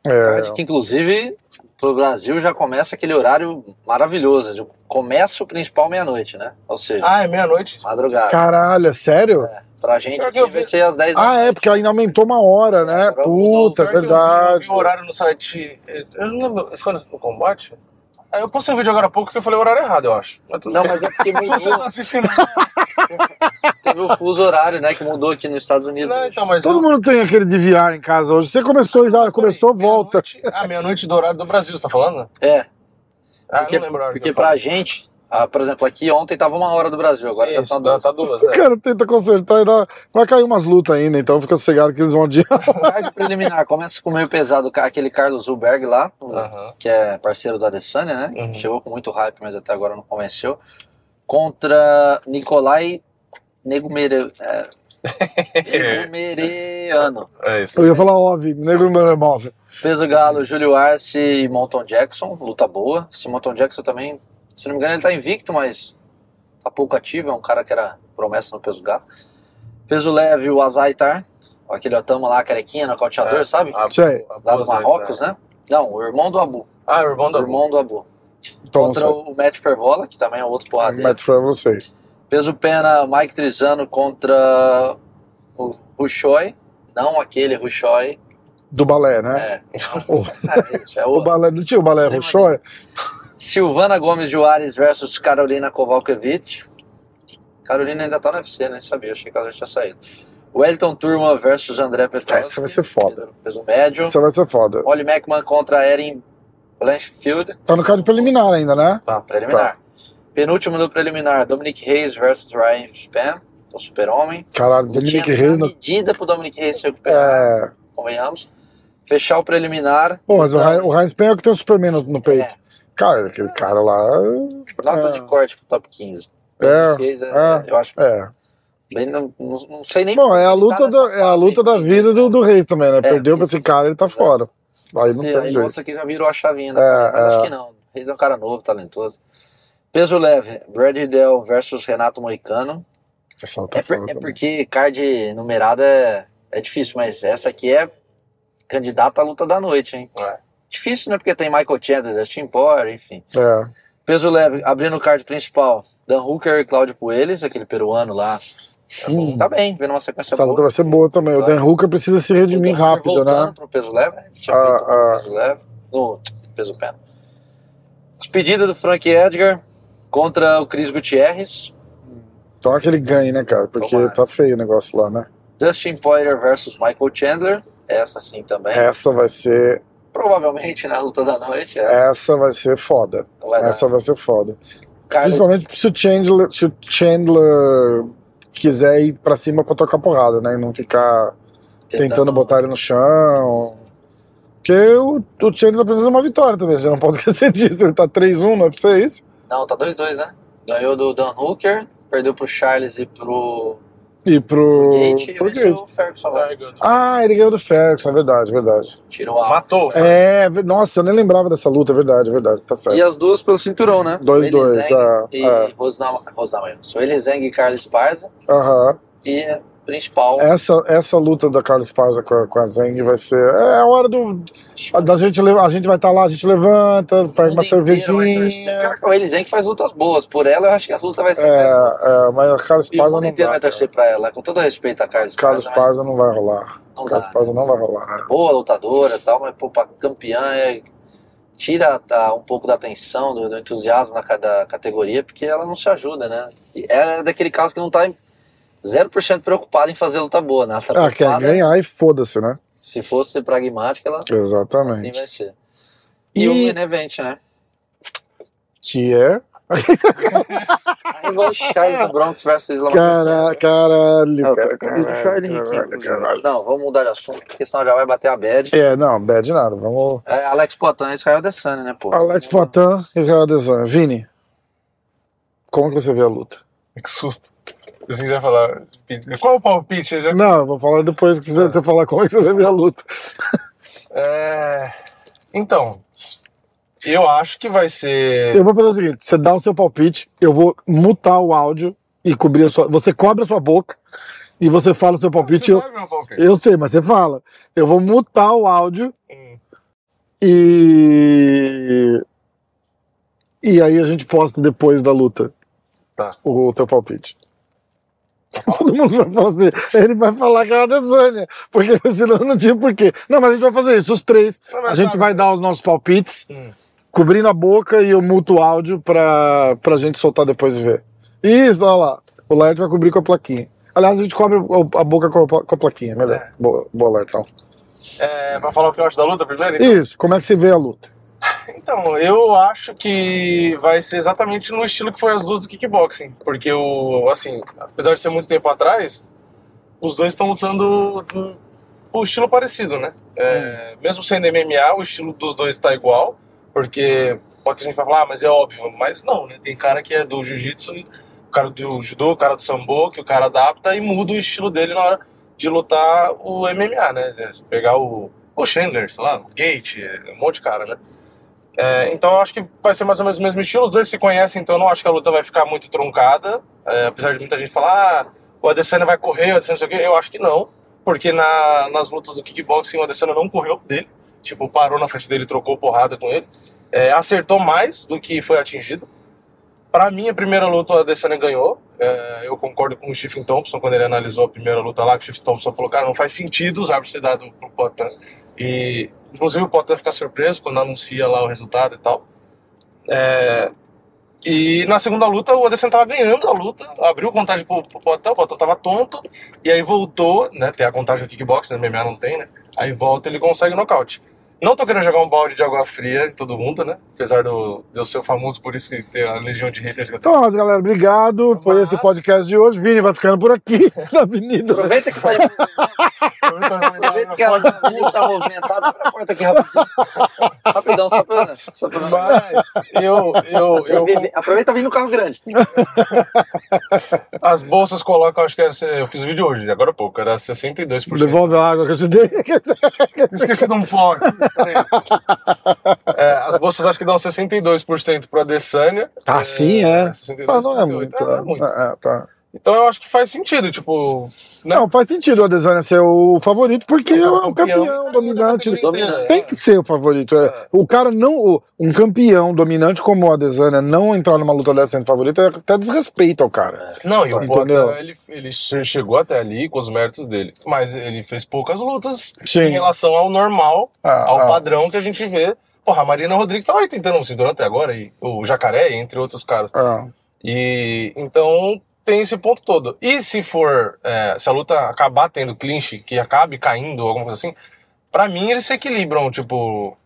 S1: É,
S3: Que, inclusive, pro Brasil já começa aquele horário maravilhoso. de- Começa o principal meia-noite, né? Ou seja,
S2: Ah, é meia-noite?
S3: madrugada.
S1: caralho, é sério?
S3: Pra gente
S2: Pior que eu
S3: aqui vai
S2: vi-
S3: ser às 10 da
S1: Ah, é, porque ainda aumentou uma hora, né?
S3: Agora mudou,
S1: Puta, é
S2: Pior que eu vi-
S3: um
S2: Eu
S1: verdade.
S2: vi o horário no site. Eu não lembro. Foi no combate? Ah, eu postei um vídeo agora há pouco que eu falei o horário errado, eu acho. Mas tudo
S3: Não,
S2: bem.
S3: mas é porque mudou,
S2: Você não assistindo.
S3: teve o fuso horário, né? Que mudou aqui nos Estados Unidos.
S2: Não, então, mas eu-
S1: Todo mundo tem aquele de viar em casa hoje. Você começou já, começou, volta.
S2: Meia-noite- Ah, meia-noite do horário do Brasil, você tá falando?
S3: É,
S2: Ah,
S3: Porque-
S2: eu não lembro a hora que
S3: porque
S2: eu falo.
S3: pra gente, ah, por exemplo, aqui ontem tava uma hora do Brasil, agora já
S2: Isso,
S3: tá
S2: tá,
S3: duas.
S2: tá duas,
S1: O
S2: né?
S1: cara tenta consertar e dá... vai cair umas lutas ainda, então fica sossegado que eles vão adiar.
S3: Card preliminar, começa com meio pesado ca- aquele Carlos Zuberg lá,
S2: Aham.
S3: que é parceiro do Adesanya, né?
S2: Uhum.
S3: Chegou com muito hype, mas até agora não convenceu. Contra Nicolai Negumere... É, Negumereano.
S2: É isso.
S1: Eu ia falar óbvio, negro meu é móvel.
S3: Peso Galo, Júlio Arce e Monton Jackson, luta boa. Esse Monton Jackson também, se não me engano, ele tá invicto, mas tá pouco ativo, é um cara que era promessa no peso galo. Peso leve, o Azaitar, aquele Otama lá, carequinha, nocauteador,
S2: É,
S3: sabe?
S2: a-
S1: Isso aí.
S2: a-
S3: Lá do
S2: duas, né?
S3: Marrocos, né? Não, o irmão do Abu.
S2: Ah, o irmão
S3: O
S2: da
S3: irmão do Abu.
S1: Então,
S3: contra
S1: não
S3: o Matt Fervola, que também é outro
S1: sei.
S3: porradeiro.
S1: Matt Trevor, não sei.
S3: Peso pena, Mike Trizano contra o Rushoi. Não aquele Rushoi.
S1: Do balé, né?
S3: É.
S1: O-
S3: É, isso, é
S1: O
S3: outro.
S1: balé, não tinha o balé
S3: Tem um
S1: roxô?
S3: Silvana Gomes Juarez versus Carolina Kowalkiewicz. Carolina ainda tá no UFC, nem sabia, achei que ela já tinha saído. Wellington Turma versus André Petrovski.
S1: Essa vai ser foda.
S3: Peso médio.
S1: Isso vai ser foda.
S3: Ollie Mackman contra Erin Blanchfield.
S1: Tá no card preliminar ainda, né?
S2: Tá,
S3: Preliminar. Penúltimo do preliminar, Dominic Reis versus Ryan Span, o super-homem.
S1: Caralho,
S3: Tinha
S1: Dominic
S3: que
S1: Reis.
S3: dar
S1: não-
S3: medida pro Dominic Reis se recuperar,
S1: É.
S3: convenhamos. Fechar o preliminar.
S1: Pô, mas o Ra- o Heinz Penn é o que tem o Superman no, no peito.
S3: Tá. É,
S1: Cara, aquele cara lá.
S3: nota
S1: É.
S3: de corte pro top 15.
S1: É.
S3: Reis é,
S1: é.
S3: Eu acho
S1: É.
S3: bem. Não, não- não sei nem.
S1: Bom, é a
S3: como
S1: luta,
S3: tá nessa
S1: da, é a
S3: fase
S1: luta
S3: aí.
S1: da vida do, do Reis também, né?
S3: É,
S1: Perdeu pra esse
S3: isso.
S1: cara, ele tá
S3: Exato.
S1: fora. Aí não
S3: Esse-
S1: tem
S3: Aí
S1: jeito.
S3: mostra que já virou a chavinha, né?
S1: É,
S3: Mas
S1: é.
S3: acho que não. O Reis é um cara novo, talentoso. Peso leve, Brad Del versus Renato Moicano.
S1: Essa luta
S3: É, por-
S1: foda
S3: é
S1: também.
S3: porque card numerado é, é difícil, mas essa aqui é candidata à luta da noite, hein?
S2: É.
S3: Difícil, né? Porque tem Michael Chandler, Dustin Poirier, enfim.
S1: É.
S3: Peso leve, abrindo o card principal, Dan Hooker e Claudio Puelles, aquele peruano lá.
S1: Hum,
S3: Tá bem, vendo uma sequência
S1: essa luta vai ser boa também. O Dan Hooker precisa se
S3: O Dan
S1: redimir
S3: Hooker
S1: rápido,
S3: voltando
S1: né?
S3: pro peso leve, né? Tinha
S1: Ah,
S3: feito
S1: ah.
S3: no peso leve, no peso pena. Despedida do Frank Edgar contra o Chris Gutierrez.
S1: Então é que ele ganhe, né, cara? Porque
S3: Tomara.
S1: tá feio o negócio lá, né?
S3: Dustin Poirier versus Michael Chandler. Essa sim também.
S1: Essa vai ser.
S3: Provavelmente na luta da noite. Essa
S1: Essa vai ser foda.
S3: não vai
S1: Essa vai ser foda.
S3: dar. Carlos,
S1: é Principalmente se o Chandler, se o Chandler quiser ir pra cima pra tocar porrada, né? E não ficar tentando, botar ele no chão. Porque o, o Chandler tá precisando de uma vitória também, a gente não pode esquecer disso. Ele tá 3-1 no UFC, é isso?
S3: Não, tá 2-2, né? Ganhou do Dan Hooker, perdeu pro Charles e pro
S1: E pro.
S3: Gate e
S1: pro
S3: venceu
S1: Gate.
S3: o Ferguson. lá.
S1: Ah, ele ganhou do Ferguson, é verdade, é verdade.
S3: Tirou a
S2: Matou.
S1: É, ver- nossa, eu nem lembrava dessa luta, é verdade, é verdade, tá certo.
S3: E as duas pelo cinturão, né?
S1: 2-2, é,
S3: E
S1: é.
S3: Rosnama, Rosnama, sou Elizeng e Carlos Parza.
S1: Aham.
S3: E a principal.
S1: Essa, essa luta da Carlos Paz com a, com a Zeng vai ser. É a hora do. a- da gente, le- a gente vai estar lá, a gente levanta, pega uma cervejinha.
S3: O Elizeng faz lutas boas. Por ela, eu acho que as lutas vai ser.
S1: É, é, mas a Carlos
S3: E o
S1: Paz não
S3: mundo inteiro vai
S1: dá.
S3: torcer pra ela. Com todo respeito a Carlos
S1: Carlos
S3: mas
S1: Paz não vai rolar.
S3: não
S1: Carlos
S3: dá. né?
S1: Paz não vai rolar.
S3: Boa lutadora e tal, mas pô, pra campeã é. Tira tá, um pouco da atenção, do, do entusiasmo da, ca- da categoria, porque ela não se ajuda, né? E ela é daquele caso que não tá 0% preocupada em fazer luta boa, né? Ela tá
S1: Ah, quer
S3: preocupada.
S1: ganhar e foda-se, né?
S3: Se fosse pragmática, ela assim
S1: Exatamente.
S3: vai ser. E,
S1: E-
S3: o main event, né?
S1: Que é.
S3: Aí vai o Charles do Bronx versus
S1: é
S3: Islam.
S1: Cara, caralho.
S3: Eu
S1: É cara,
S3: quero camisa do Charlie
S1: caralho,
S3: Henrique.
S1: caralho.
S3: Não, vamos mudar de assunto, porque senão já vai bater a bad.
S1: É, não, bad nada. Vamos.
S3: É, Alex Poitin e Israel Adesanya, né, pô?
S1: Alex Poitin, Israel Adesanya. Vini, como que você vê a luta?
S2: Que susto. Assim, já falar. Qual o palpite? Eu já-
S1: Não, eu vou falar depois que você você falar como é que você vê a luta.
S2: É, Então, eu acho que vai ser.
S1: Eu vou fazer o seguinte: você dá o seu palpite, eu vou mutar o áudio e cobrir a sua. Você cobre a sua boca e você fala o seu palpite.
S2: Você
S1: Eu,
S2: sabe meu palpite?
S1: eu sei, mas você fala. Eu vou mutar o áudio
S2: Hum.
S1: E. E aí a gente posta depois da luta.
S2: Tá.
S1: O, teu palpite. Todo mundo vai fazer. Ele vai falar que é a Adesanya. Porque senão não tinha porquê. Não, mas a gente vai fazer isso, os três.
S2: Não, mas
S1: A gente
S2: sabe-
S1: vai dar os nossos palpites,
S2: Hum.
S1: cobrindo a boca e eu muto o áudio pra, pra gente soltar depois e ver. Isso, olha lá. O Laird vai cobrir com a plaquinha. Aliás, a gente cobre o- a boca com a, com a plaquinha. Melhor.
S2: É.
S1: Boa, boa Lairtão.
S2: É, pra falar o que eu acho da luta primeiro?
S1: Isso, como é que você vê a luta?
S2: Então, eu acho que vai ser exatamente no estilo que foi as duas do kickboxing. Porque o, assim, apesar de ser muito tempo atrás, os dois estão lutando do- o estilo parecido, né? É, Mesmo sendo MMA, o estilo dos dois tá igual. Porque pode ter gente que vai falar, ah, mas é óbvio. Mas não, né? Tem cara que é do jiu-jitsu, e o cara do judô, o cara do sambo, que o cara adapta e muda o estilo dele na hora de lutar o MMA, né? Se pegar o, o Chandler, sei lá, o Gate, um monte de cara, né? É, então eu acho que vai ser mais ou menos o mesmo estilo. Os dois se conhecem, então eu não acho que a luta vai ficar muito truncada. É, apesar de muita gente falar, ah, o Adesanya vai correr, o Adesanya não sei o quê. Eu acho que não, porque na- nas lutas do kickboxing o Adesanya não correu dele. Tipo, parou na frente dele, trocou porrada com ele. É, acertou mais do que foi atingido. Pra mim, a primeira luta o Adesanya ganhou. É, eu concordo com o Stephen Thompson quando ele analisou a primeira luta lá, que o Stephen Thompson falou, cara, não faz sentido os árbitros ter dado pro Potan. E, inclusive, o Potan fica surpreso quando anuncia lá o resultado e tal. É, e na segunda luta, o Adesanya tava ganhando a luta, abriu contagem pro, pro Potan, o Potan tava tonto, e aí voltou, né, tem a contagem do kickbox, né, MMA não tem, né, aí volta e ele consegue o nocaute. Não tô querendo jogar um balde de água fria em todo mundo, né, apesar do, de eu ser famoso por isso e ter a legião de haters que eu tenho.
S1: Então, mas, galera, obrigado por
S2: Mas-
S1: esse podcast de hoje. Vini vai ficando por aqui na avenida.
S3: Aproveita que tá, aproveita que ela tá movimentada, abre a porta aqui rapidinho. Rapidão, só pra... Só pra
S2: Mas eu, eu, eu,
S3: Vem, vem, Aproveita e vem no carro grande.
S2: as bolsas colocam, acho que era, eu fiz o vídeo hoje, agora há pouco, era 62%.
S1: Devolve a água que eu te dei.
S2: Esqueci de um fog. É, as bolsas acho que dão 62% para a Adesanya.
S1: Ah, sim, é.
S2: 62,
S1: Ah, não é
S2: 68.
S1: muito.
S2: É, não é muito.
S1: É, é, tá.
S2: Então eu acho que faz sentido, tipo... Né?
S1: Não, faz sentido o Adesanya ser o favorito, porque é o
S2: né?
S1: campeão, dominante.
S3: Dominante.
S1: Tem que ser o favorito. é.
S2: É.
S1: O cara não. o- Um campeão dominante como o Adesanya não entrar numa luta dessa sendo favorito é até desrespeito ao cara.
S2: Não, e o
S1: Entendeu?
S2: Potan, ele, ele che- chegou até ali com os méritos dele. Mas ele fez poucas lutas em
S1: Sim.
S2: relação ao normal,
S1: Ah,
S2: ao
S1: ah.
S2: padrão que a gente vê. Porra, a Marina Rodrigues tava aí tentando um cinturão até agora, e o Jacaré, entre outros caras.
S1: Ah,
S2: E então tem esse ponto todo. E se for, é, se a luta acabar tendo clinch, que acabe caindo, alguma coisa assim, pra mim eles se equilibram, tipo,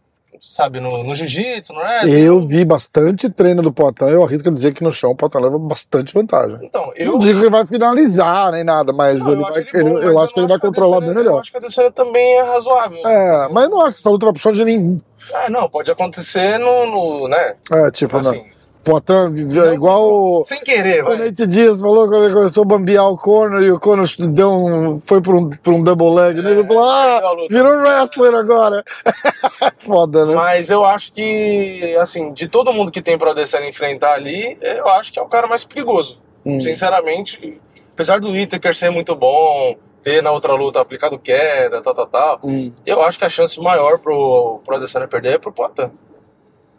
S2: sabe, no, no jiu-jitsu, não é?
S1: Eu vi bastante treino do Poitin, eu arrisco dizer que no chão o Poitin leva bastante vantagem.
S2: Então,
S1: Eu... Não
S2: eu.
S1: digo que ele vai finalizar nem nada, mas
S2: não,
S1: ele
S2: eu acho
S1: vai,
S2: ele bom,
S1: ele-
S2: mas
S1: eu acho que
S2: não
S1: ele vai
S2: acho a
S1: controlar bem
S2: Adesanya-
S1: melhor.
S2: Eu acho que a Adesanya também é razoável.
S1: É, mas eu não acho que essa luta vai puxar de nenhum.
S2: É, não, pode acontecer no, no, né?
S1: É, tipo, né?
S2: Assim,
S1: Potan, é igual o,
S2: sem querer,
S1: o
S2: vai.
S1: Nate Dias falou quando ele começou a bambear o corner e o corner deu um, foi pra um, pra um double leg, né? Ele falou,
S2: É, perdeu a
S1: ah,
S2: luta."
S1: virou wrestler agora. Foda, né?
S2: Mas eu acho que, assim, de todo mundo que tem pra Adesanya enfrentar ali, eu acho que é o cara mais perigoso.
S1: Hum.
S2: Sinceramente, apesar do Itaker ser muito bom, ter na outra luta aplicado queda, tal, tal, tal,
S1: Hum.
S2: eu acho que a chance maior pro, pro Adesanya perder é pro Poitin.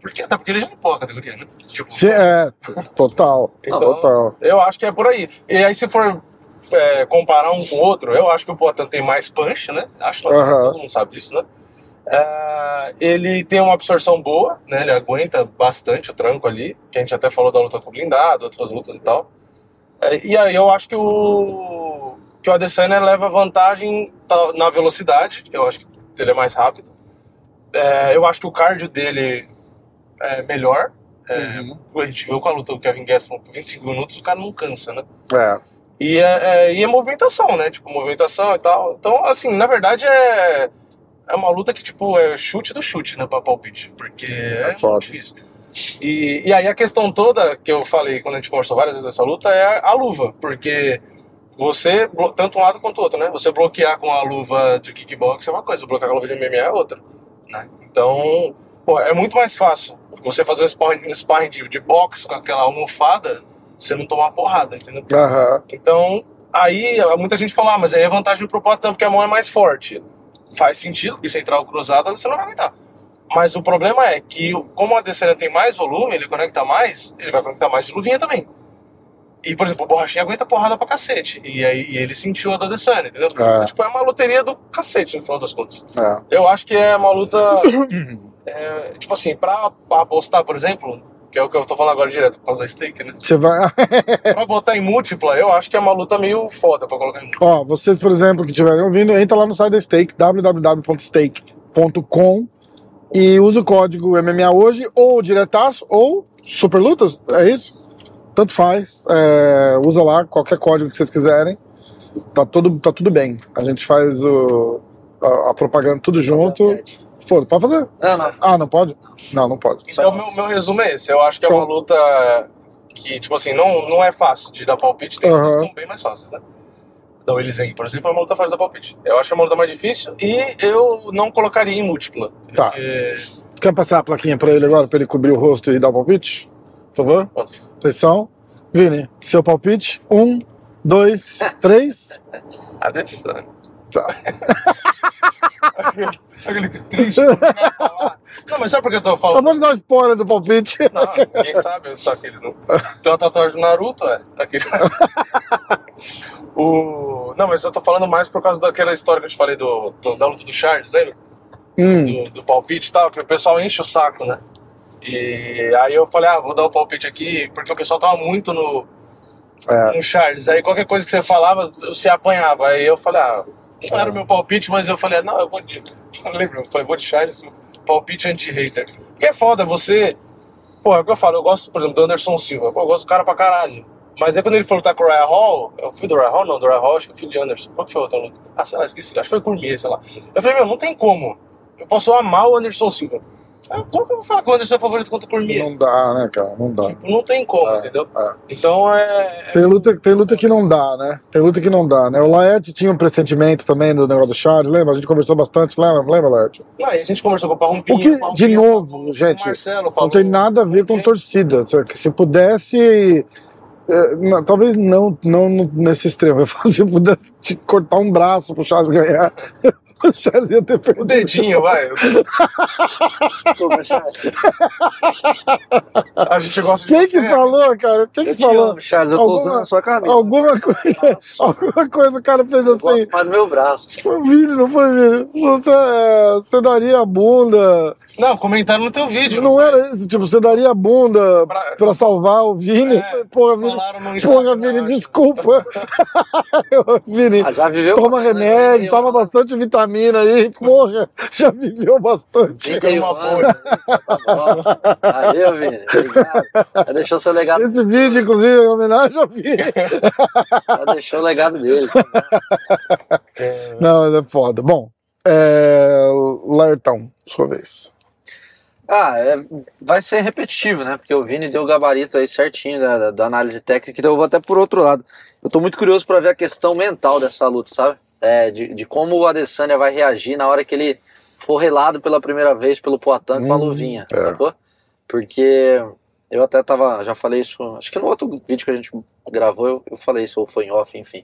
S2: Porque, até porque ele já limpou a categoria, né? Tipo,
S1: Sim, é, total,
S2: Então-
S1: total.
S2: eu acho que é por aí. E aí, se for é, comparar um com o outro, eu acho que o Poitin tem mais punch, né? Acho que
S1: Aham.
S2: todo mundo sabe disso, né? Ah, ele tem uma absorção boa, né? Ele aguenta bastante o tranco ali, que a gente até falou da luta com o blindado, outras lutas e tal. É, e aí eu acho que o que o Adesanya leva vantagem ta- na velocidade, eu acho que ele é mais rápido. É, eu acho que o cardio dele é melhor. É, A gente viu com a luta do Kevin Gaston, 25 minutos, o cara não cansa, né?
S3: É.
S2: E é, é- e é movimentação, né? Tipo, movimentação e tal. Então, assim, na verdade é, é uma luta que, tipo, é chute do chute, né, pra palpite. Porque é,
S3: foda.
S2: muito difícil. E, e aí a questão toda que eu falei quando a gente conversou várias vezes dessa luta é a luva, porque você, blo- tanto um lado quanto o outro, né? Você bloquear com a luva de kickbox é uma coisa, bloquear com a luva de MMA é outra, né? Então, pô, é muito mais fácil você fazer um sparring, um sparring de, de boxe com aquela almofada, você não tomar porrada, entendeu?
S3: Aham.
S2: Então, aí muita gente fala, ah, mas aí é vantagem pro Poitin, porque a mão é mais forte. Faz sentido, porque se entrar o cruzado, você não vai aguentar. Mas o problema é que, como a Adesanya tem mais volume, ele conecta mais, ele vai conectar mais de luvinha também. E, por exemplo, o Borrachinha aguenta porrada pra cacete. E aí e ele sentiu a do Adesanya, entendeu?
S3: Ah.
S2: Tipo, é uma loteria do cacete, no final das contas.
S3: É.
S2: Eu acho que é uma luta. é, tipo assim, pra apostar, por exemplo, que é o que eu tô falando agora direto por causa da stake, né?
S1: Você vai. ah,
S2: Pra botar em múltipla, eu acho que é uma luta meio foda pra colocar em múltipla.
S1: Ó, vocês, por exemplo, que estiverem ouvindo, entra lá no site da Stake, www.stake.com e usa o código MMA hoje, ou diretaço, ou superlutas, é isso? Tanto faz, é, usa lá qualquer código que vocês quiserem, tá, todo, tá tudo bem. A gente faz o- a, a propaganda tudo junto. Foda, pode fazer?
S3: Não, não.
S1: Ah, não pode? Não, não pode.
S2: Então, meu, meu resumo é esse. Eu acho que é uma luta que, tipo assim, não, não é fácil de dar palpite. Tem lutas
S1: Aham.
S2: que estão bem mais fáceis, né? Da Willy Zeng, por exemplo, é uma luta fácil da palpite. Eu acho que é uma luta mais difícil e eu não colocaria em múltipla.
S1: Tá.
S2: Porque...
S1: Quer passar a plaquinha pra ele agora, pra ele cobrir o rosto e dar o palpite? Por favor?
S2: Pode.
S1: Atenção. Vini, seu palpite. Um, dois,
S3: Ah.
S1: três.
S2: Adesanya.
S1: Tá.
S2: né? aquele, aquele triste. que não vai falar. "Ah, Não, mas sabe por que eu tô falando?
S1: Acabou de dar um spoiler do palpite.
S2: Não, ninguém sabe, só que eles não. Tem uma tatuagem do Naruto, é. Aquele... o... Não, mas eu tô falando mais por causa daquela história que eu te falei do, do- da luta do Charles, lembra?
S1: Hum,
S2: Do, do palpite e tal, que o pessoal enche o saco, né? E aí eu falei, ah, vou dar o palpite aqui, porque o pessoal tava muito no,
S1: é.
S2: no Charles. Aí qualquer coisa que você falava, você apanhava. Aí eu falei, ah, não era o meu palpite, mas eu falei, ah, não, eu vou de. Lembra? Eu falei, vou de Charles, palpite anti-hater. Que é foda, você. Pô, é o que eu falo, eu gosto, por exemplo, do Anderson Silva. Pô, eu gosto do cara pra caralho. Mas aí quando ele foi lutar com o Ryan Hall, eu fui do Ryan Hall, não, do Ryan Hall, acho que eu fui de Anderson. Qual que foi a outra luta? Ah, sei lá, esqueci, acho que foi com o Cormier, sei lá. Eu falei, meu, não tem como. Eu posso amar o Anderson Silva. Ah, Como que eu vou falar que o Anderson é favorito contra o Cormier?
S1: Não dá, né, cara? Não dá.
S2: Tipo, não tem como,
S1: É,
S2: entendeu?
S1: é.
S2: Então é.
S1: Tem um luta, tem luta que não dá, né? Tem luta que não dá, né? O Laerte tinha um pressentimento também do negócio do Charles, lembra? A gente conversou bastante, lembra, lembra Laerte?
S2: Não, e é, a gente conversou com o Parrumpinha.
S1: O que,
S2: o Parrumpinha
S1: de
S2: falou,
S1: novo,
S2: o
S1: gente,
S2: Marcelo falou.
S1: não tem nada a ver com torcida. Só que se pudesse. eh, na- talvez não, não no- nesse extremo. Eu falo, se pudesse te cortar um braço pro Charles ganhar, o Charles ia ter
S2: O
S1: perdido.
S2: dedinho, vai.
S3: Desculpa, Charles.
S2: A gente gosta de
S1: Quem
S2: você.
S1: que falou, cara? Quem
S3: Eu
S1: que
S3: te
S1: falou?
S3: amo, Charles. Eu tô
S1: Alguma-
S3: usando a sua camisa.
S1: Alguma coisa,
S3: Nossa,
S1: alguma coisa o cara fez
S3: eu gosto
S1: assim.
S3: mais do meu braço.
S1: Foi o Vini, não foi o Vini. Você, eh, você daria a bunda.
S2: Não, comentaram no teu vídeo.
S1: Não era isso, tipo, você daria a bunda
S2: Pra-
S1: pra salvar o Vini.
S2: É,
S1: Porra, Vini,
S2: Falaram no
S1: porra,
S2: Instagram,
S1: Vini,
S2: acho.
S1: desculpa. Vini.
S3: Ah, já viveu?
S1: Toma
S3: bastante,
S1: remédio,
S3: né?
S1: toma bastante vitamina aí, porra, já viveu bastante.
S3: 31
S2: Uma
S3: anos, né? tá bom. Valeu, Vini. Obrigado. Já deixou seu legado.
S1: Esse vídeo, inclusive, é em homenagem ao Vini.
S3: Já deixou o legado dele.
S1: Não, mas é foda. Bom, é... Laertão, sua vez.
S3: Ah, é, vai ser repetitivo, né? Porque o Vini deu o gabarito aí certinho da, da- da análise técnica, então eu vou até por outro lado. Eu tô muito curioso pra ver a questão mental dessa luta, sabe? É, de, de como o Adesanya vai reagir na hora que ele for relado pela primeira vez pelo Poatan com a
S1: Hum,
S3: luvinha,
S1: é.
S3: sacou? Porque eu até tava, já falei isso, acho que no outro vídeo que a gente gravou eu, eu falei isso, ou foi em off, enfim.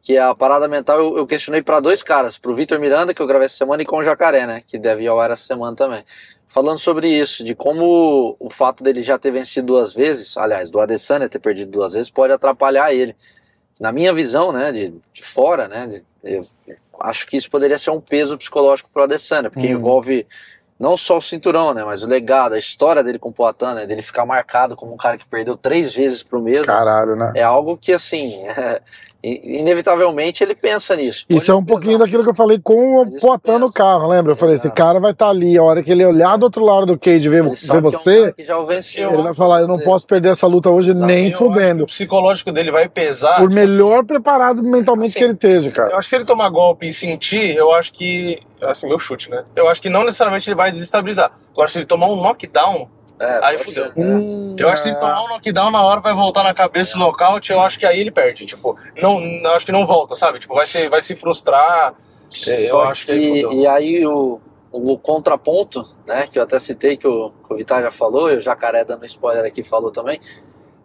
S3: Que a parada mental eu, eu questionei pra dois caras, pro Vitor Miranda, que eu gravei essa semana, e com o Jacaré, né? Que deve ir ao ar essa semana também falando sobre isso, de como o fato dele já ter vencido duas vezes, aliás, do Adesanya ter perdido duas vezes, pode atrapalhar ele. Na minha visão, né, de, de fora, né, de- eu acho que isso poderia ser um peso psicológico para o Adesanya, porque
S1: Hum.
S3: envolve não só o cinturão, né, mas o legado, a história dele com o Poatan, né, dele ficar marcado como um cara que perdeu três vezes pro mesmo,
S1: Caralho, né?
S3: é algo que, assim, E, inevitavelmente ele pensa nisso. Pode
S1: Isso é um
S3: pesar.
S1: pouquinho daquilo que eu falei com
S3: Mas
S1: o
S3: isso
S1: Poitin no
S3: pesa.
S1: carro, lembra? Eu falei, esse
S3: Exato.
S1: cara vai estar ali, a hora que ele olhar do outro lado do cage e ver,
S3: Ele
S1: ver
S3: sabe que é um
S1: você,
S3: cara que já o venceu.
S1: ele vai falar, eu não posso perder essa luta hoje
S3: Exato.
S1: nem
S2: Eu acho que
S1: fudendo.
S2: O psicológico dele vai pesar.
S1: Por
S2: tipo
S3: assim,
S1: melhor preparado mentalmente
S2: Assim,
S1: que ele esteja,
S2: Eu
S1: cara.
S2: acho que se ele tomar golpe e sentir, eu acho que. Assim, meu chute, né? Eu acho que não necessariamente ele vai desestabilizar. Agora, se ele tomar um knockdown,
S3: É,
S2: Aí
S3: pode
S2: fudeu.
S3: ser,
S1: Hum.
S3: né?
S2: eu acho que se ele tomar um knockdown na hora, vai voltar na cabeça o nocaute, eu acho que aí ele perde. Tipo, não, eu acho que não volta, sabe? Tipo, vai se, vai se frustrar. É, eu
S3: Só
S2: acho que aí fudeu.
S3: E aí o, o contraponto, né, que eu até citei que o, que o Vittar já falou, e o Jacaré dando spoiler aqui falou também,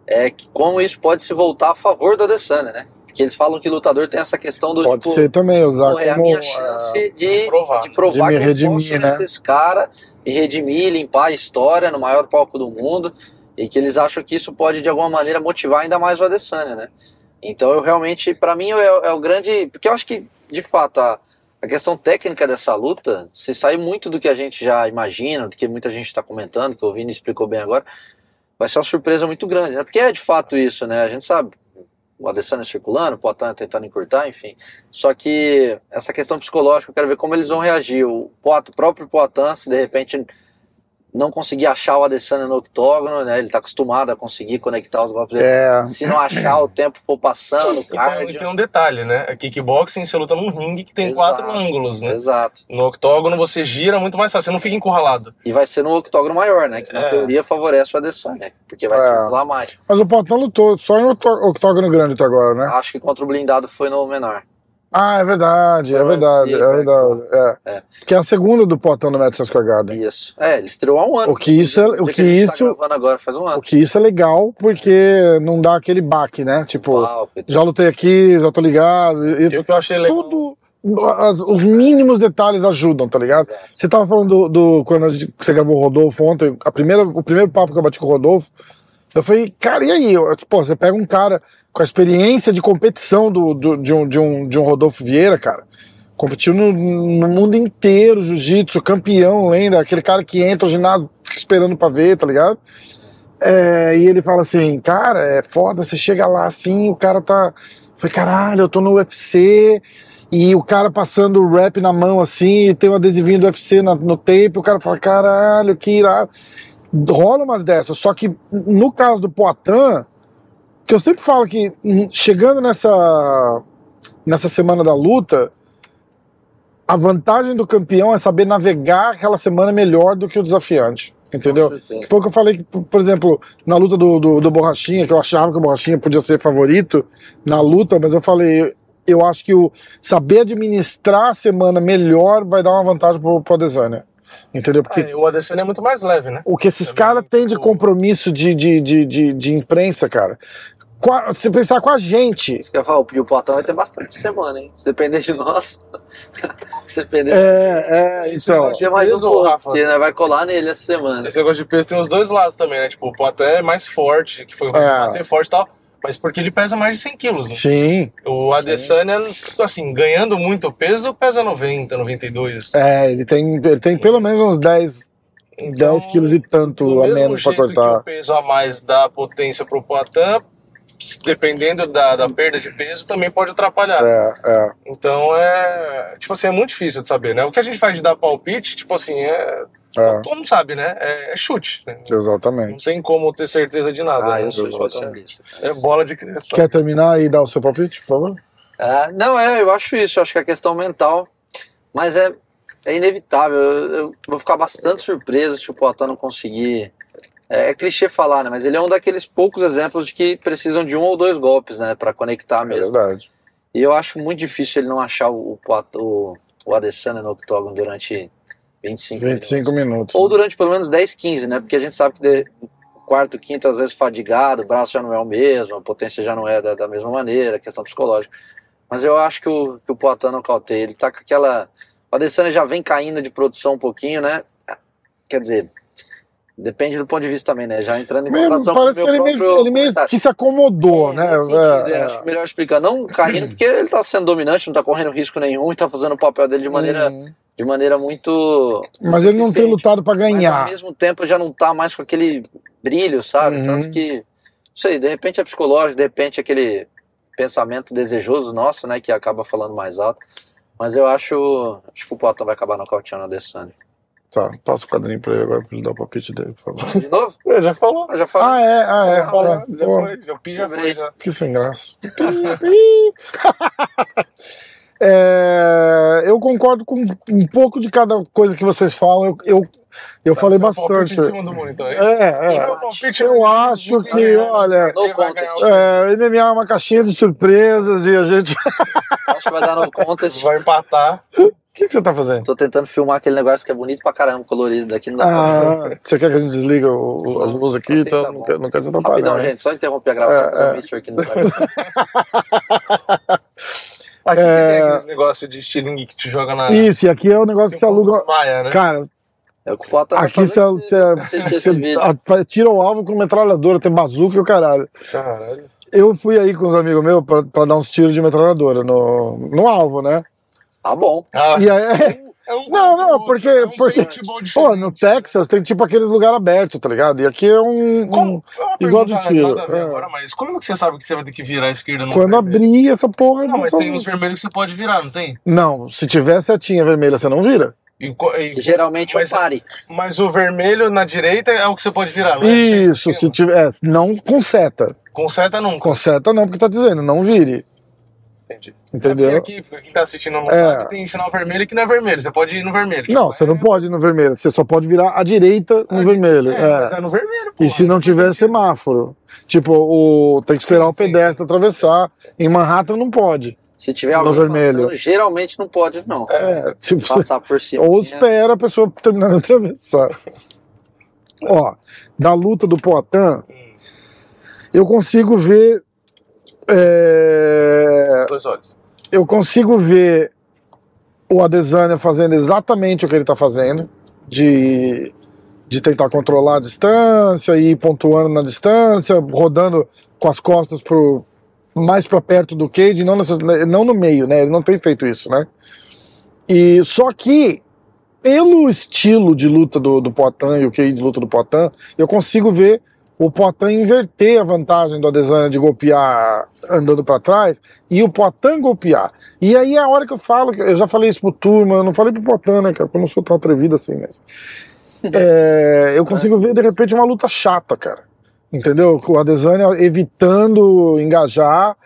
S3: é que como isso pode se voltar a favor do Adesanya, né? Porque eles falam que lutador tem essa questão do
S1: Pode
S3: tipo,
S1: ser também, usar
S3: "Pô, é a
S1: como...
S3: minha
S1: ah,
S3: chance de,
S2: provar.
S3: de provar
S1: De me
S3: que eu posso
S1: redimir, né?
S3: vencer esse cara e redimir, limpar a história no maior palco do mundo e que eles acham que isso pode de alguma maneira motivar ainda mais o Adesanya, né? Então eu realmente, pra mim é, é o grande, porque eu acho que de fato a, a questão técnica dessa luta se sai muito do que a gente já imagina, do que muita gente está comentando, que o Vini explicou bem agora, vai ser uma surpresa muito grande, né? Porque é de fato isso, né? A gente sabe o Adesanya circulando, o Poitin tentando encurtar, enfim. Só que essa questão psicológica, eu quero ver como eles vão reagir. O, Poit- o próprio Poitin, se de repente não conseguir achar o Adesanya no octógono, né? Ele tá acostumado a conseguir conectar os golpes. dele.
S1: É,
S3: Se não achar, o tempo for passando, o
S2: E tem, e
S3: cardio...
S2: tem um detalhe, né? É Kickboxing, você luta num ringue que tem
S3: Exato.
S2: quatro ângulos, né?
S3: Exato.
S2: No octógono você gira muito mais fácil, você não fica encurralado. né?
S3: E vai ser no octógono maior, né? Que na
S2: É.
S3: teoria favorece o Adesanya, né? porque vai
S1: É.
S3: circular mais.
S1: mas o Poitin lutou só em octó- octógono grande até agora, né?
S3: Acho que contra o blindado foi no menor.
S1: Ah, é verdade, é
S3: Foi
S1: verdade,
S3: UFC,
S1: é verdade. É.
S3: É.
S1: Que é a segunda do Poitin no Madison Square Garden.
S3: Isso. É, ele estreou há um ano.
S1: O que isso é-
S3: No dia
S1: o que
S3: a gente
S1: isso-
S3: Tá gravando agora faz um
S1: O
S3: ano.
S1: que isso é legal, porque não dá aquele baque, né? Tipo,
S3: Uau, Pedro.
S1: já lutei aqui, já tô ligado. E,
S2: E o que eu achei legal.
S1: tudo, as- os mínimos detalhes ajudam, tá ligado?
S3: Exato.
S1: Você tava falando do, do- quando a gente- que você gravou o Rodolfo ontem, a primeira, o primeiro papo que eu bati com o Rodolfo, eu falei, cara, e aí? Eu, Pô, você pega um cara com a experiência de competição do, do- de, um, de, um, de um Rodolfo Vieira, cara. Competiu no, no mundo inteiro, jiu-jitsu, campeão, lenda, aquele cara que entra no ginásio, fica esperando pra ver, tá ligado? É, e ele fala assim, cara, é foda, você chega lá assim, o cara tá. Foi caralho, eu tô no UFC, e o cara passando o rap na mão assim, e tem um adesivinho do UFC na- no tape, o cara fala, caralho, que irado. Rola umas dessas, só que no caso do Poitin, que eu sempre falo que hum, chegando nessa, nessa semana da luta, a vantagem do campeão é saber navegar aquela semana melhor do que o desafiante, entendeu?
S3: Com certeza.
S1: Que foi o que eu falei, que, por por exemplo, na luta do, do, do Borrachinha, que eu achava que o Borrachinha podia ser favorito na luta, mas eu falei, eu acho que o saber administrar a semana melhor vai dar uma vantagem pro, pro Adesanya. Entendeu? Porque
S2: Ah, e o Adesanya é muito mais leve, né?
S1: o que esses
S2: Também,
S1: caras têm de
S2: tipo-
S1: compromisso de, de, de, de, de imprensa, cara. Com a- se pensar com a gente,
S3: Isso que eu ia falar, o Platão vai ter bastante semana, hein? Se depender de nós, se depender de
S1: é, é,
S2: Esse
S1: então,
S2: negócio-
S3: nós, mais um
S2: Beleza,
S3: pouco,
S2: Rafa?
S3: porque né, vai colar nele essa semana.
S2: Esse negócio de peso tem os dois lados também, né? Tipo, o Poitin é mais forte, que foi o
S1: É.
S2: bater forte e tal, mas porque ele pesa mais de 100 quilos. Né?
S1: sim,
S2: O Adesanya, assim, ganhando muito peso, pesa 90, 92.
S1: é, ele tem, ele tem pelo menos uns 10, 10 quilos e tanto
S2: Então, do
S1: a
S2: mesmo
S1: menos pra
S2: jeito
S1: cortar.
S2: que o peso a mais dá potência pro Poitin, dependendo da, da perda de peso, também pode atrapalhar.
S1: É, é.
S2: Então é. Tipo assim, é muito difícil de saber, né? O que a gente faz de dar palpite, tipo assim, é.
S1: É.
S2: Todo mundo sabe, né? É, é chute. né? Não
S1: Exatamente.
S2: tem como ter certeza de nada.
S3: Ah,
S2: né?
S3: eu sou
S2: Então,
S3: especialista.
S2: É bola de criança.
S1: Quer terminar e dar o seu palpite, por favor?
S3: Ah, não, é, eu acho isso, eu acho que é questão mental, mas é, é inevitável. Eu, eu vou ficar bastante surpreso se o Platão não conseguir. É, é clichê falar, né? Mas ele é um daqueles poucos exemplos de que precisam de um ou dois golpes, né? Pra conectar
S1: É
S3: mesmo.
S1: verdade.
S3: E eu acho muito difícil ele não achar o, o, Poat- o, o Adesanya no octógono durante 25 minutos.
S1: 25 minutos.
S3: Ou durante pelo menos 10, 15, né? Porque a gente sabe que de, quarto, quinto, às vezes fadigado, o braço já não é o mesmo, a potência já não é da, da mesma maneira, questão psicológica. Mas eu acho que o, que o Poitin não cauteia. Ele tá com aquela. O Adesanya já vem caindo de produção um pouquinho, né? Quer dizer, depende do ponto de vista também, né? Já entrando em
S1: Meio-
S3: contradição com o
S1: parece
S3: meu
S1: que ele meio,
S3: próprio
S1: ele meio
S3: comentário.
S1: que se acomodou,
S3: É,
S1: né?
S3: nesse sentido, é,
S1: É,
S3: Acho melhor explicar. Não caindo, porque ele tá sendo dominante, não tá correndo risco nenhum e tá fazendo o papel dele de maneira,
S1: Hum.
S3: de maneira muito.
S1: Mas ele não tem
S3: eficiente.
S1: lutado pra
S3: Mas ao
S1: ganhar.
S3: mesmo tempo já não tá mais com aquele brilho, sabe?
S1: Uhum.
S3: Tanto que. Não sei, de repente é psicológico, de repente é aquele. pensamento desejoso nosso, né, que acaba falando mais alto. Mas eu acho, acho que o Poitin vai acabar nocauteando a Adesanya.
S1: Tá, passa o quadrinho pra ele agora pra ele dar o palpite dele, por favor.
S3: De novo?
S2: Eu já falou.
S3: Eu já falei.
S1: Ah, é, ah, é.
S2: Já falou,
S1: Tá.
S2: já
S1: Boa.
S2: foi, já, pi, já foi, já. tá.
S1: Que sem graça. É, eu concordo com um pouco de cada coisa que vocês falam. Eu, eu, eu
S2: Tá,
S1: falei
S3: um
S2: seu palpite
S1: bastante.
S2: em cima do mundo, então, é isso?
S1: É,
S2: O
S1: é.
S2: meu palpite
S1: Eu
S2: é muito
S1: acho que,
S2: ganhar.
S1: olha,
S2: Ele vai ganhar o-
S1: É, MMA é uma caixinha de surpresas e a gente. é.
S3: Acho que vai dar no contest.
S2: Vai empatar.
S1: O que, que você tá fazendo?
S3: Tô tentando filmar aquele negócio que é bonito pra caramba, colorido. Daqui não dá pra
S1: Ah, você quer que a gente desliga o- o- as luzes aqui?
S3: Assim
S1: então,
S3: tá
S1: não,
S3: bom.
S1: quero, não quero te atrapalhar. né?
S3: Rapidão,
S1: hein?
S3: gente, só interromper a gravação,
S1: É,
S3: fazer
S1: é.
S3: um mystery aqui no Instagram.
S2: Aqui
S1: É.
S2: tem aqueles negócios de estilingue que te joga na.
S1: Isso, e aqui é o negócio que você aluga.
S2: Desmaia, né?
S1: Cara,
S3: É o que o Potter vai
S1: aqui você,
S3: fazer se-
S1: você,
S3: se assistir esse
S1: você
S3: vídeo.
S1: a- tira o alvo com metralhadora, tem bazuca e o caralho.
S2: Caralho.
S1: Eu fui aí com os amigos meus pra, pra dar uns tiros de metralhadora no, no alvo, né?
S3: Tá bom.
S2: Ah,
S1: E aí,
S2: é um
S1: Não, não,
S2: outro,
S1: porque-
S2: é um
S1: porque-
S2: futebol
S1: pô,
S2: diferente.
S1: no Texas tem tipo aqueles lugares abertos, tá ligado? E aqui é um. um-
S2: Como? É uma
S1: Igual
S2: pergunta
S1: de tiro,
S2: nada a ver
S1: é.
S2: agora, mas quando que você sabe que você vai ter que virar a esquerda no
S1: quando
S2: vermelho?
S1: abrir essa porra.
S2: Não, mas
S1: são-
S2: tem uns vermelhos que você pode virar, não tem?
S1: Não, se tiver setinha vermelha, você não vira.
S2: E co- e-
S3: Que geralmente
S2: Mas-
S3: eu pare.
S2: mas o vermelho na direita é o que você pode virar, não é?
S1: Isso,
S2: É
S1: se
S2: esquerda.
S1: tiver. é, não com seta.
S2: Com seta nunca.
S1: Com seta não, porque tá dizendo, não vire.
S2: Entendi.
S1: Entendeu?
S2: Porque aqui, pra quem tá assistindo não
S1: É.
S2: sabe, tem sinal vermelho que não é vermelho. Você pode ir no vermelho. tipo,
S1: Não, você não pode ir no vermelho, você só pode virar é à direita no
S2: É,
S1: vermelho.
S2: É,
S1: é.
S2: mas é no vermelho, pô.
S1: E se não tiver é semáforo? Tipo, o, tem que esperar
S2: Sim,
S1: o
S2: sim.
S1: pedestre atravessar. Em Manhattan não pode.
S3: Se tiver
S1: No
S3: alguém
S1: vermelho.
S3: passando, geralmente não pode, não.
S1: É, tipo,
S3: Passar por cima.
S1: ou
S3: assim, é-
S1: espera a pessoa terminar de atravessar. Ó, da luta do Poitin, eu consigo ver. é,
S2: Os dois olhos.
S1: eu consigo ver o Adesanya fazendo exatamente o que ele tá fazendo, de, de tentar controlar a distância, ir pontuando na distância, rodando com as costas pro, mais para perto do cage, não, necess- não no meio, né? Ele não tem feito isso, né? E só que pelo estilo de luta do, do Poitin e o QI de luta do Poitin, eu consigo ver o Poitin inverter a vantagem do Adesanya de golpear andando para trás e o Poitin golpear. E aí é a hora que eu falo, que eu já falei isso pro Turma, eu não falei pro Poitin, né, cara, porque eu não sou tão atrevido assim, mas... É, eu consigo ver, de repente, uma luta chata, cara. Entendeu? Com O Adesanya evitando engajar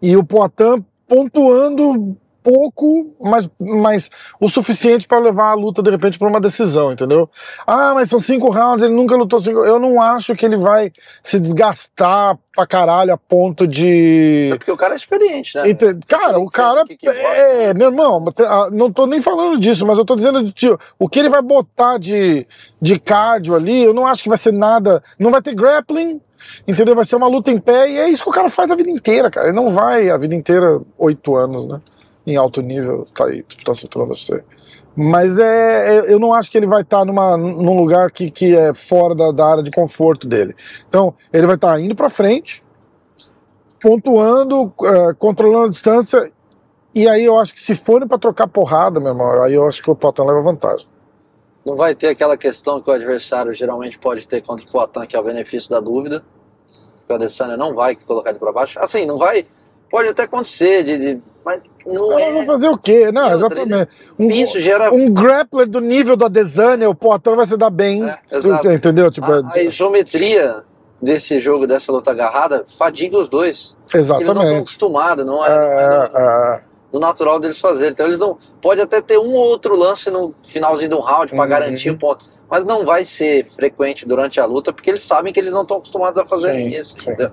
S1: e o Poitin pontuando pouco, mas, mas o suficiente para levar a luta de repente para uma decisão, entendeu? Ah, mas são cinco rounds, ele nunca lutou cinco. Eu não acho que ele vai se desgastar pra caralho a ponto de.
S3: É porque o cara é experiente, né?
S1: Ente- Cara, o cara.
S3: Kickboxing,
S1: É,
S3: né?
S1: meu irmão, te- ah, não tô nem falando disso, mas eu tô dizendo de tio, o que ele vai botar de, de cardio ali, eu não acho que vai ser nada. Não vai ter grappling, entendeu? Vai ser uma luta em pé e é isso que o cara faz a vida inteira, cara. Ele não vai a vida inteira, oito anos, né? Em alto nível, tá aí, tá citando você. Mas é, é- eu não acho que ele vai estar numa num lugar que, que é fora da, da área de conforto dele. Então, ele vai estar indo pra frente, pontuando, eh, controlando a distância. E aí eu acho que se forem pra trocar porrada, meu irmão, aí eu acho que o Potan leva vantagem.
S3: Não vai ter aquela questão que o adversário geralmente pode ter contra o Poitin, que é o benefício da dúvida. Que o Adesanya não vai colocar ele pra baixo. Assim, não vai... Pode até acontecer, de, de- mas não
S1: Ela
S3: é...
S1: vai fazer o quê? Não,
S3: E outra,
S1: exatamente. Um,
S3: Isso gera...
S1: um grappler do nível da Adesanya, o Potan vai se dar bem.
S3: É, exato. Ah,
S1: Entendeu? Tipo,
S3: A, a
S1: é-
S3: isometria desse jogo, dessa luta agarrada, fadiga os dois. Porque Eles não estão
S1: exatamente.
S3: acostumados, não é,
S1: É, é,
S3: do natural deles fazerem. Então eles não. Pode até ter um ou outro lance no finalzinho de um round para
S1: Uhum.
S3: garantir o ponto. Mas não vai ser frequente durante a luta, porque eles sabem que eles não estão acostumados a fazer
S1: Sim,
S3: isso.
S1: sim.
S3: entendeu?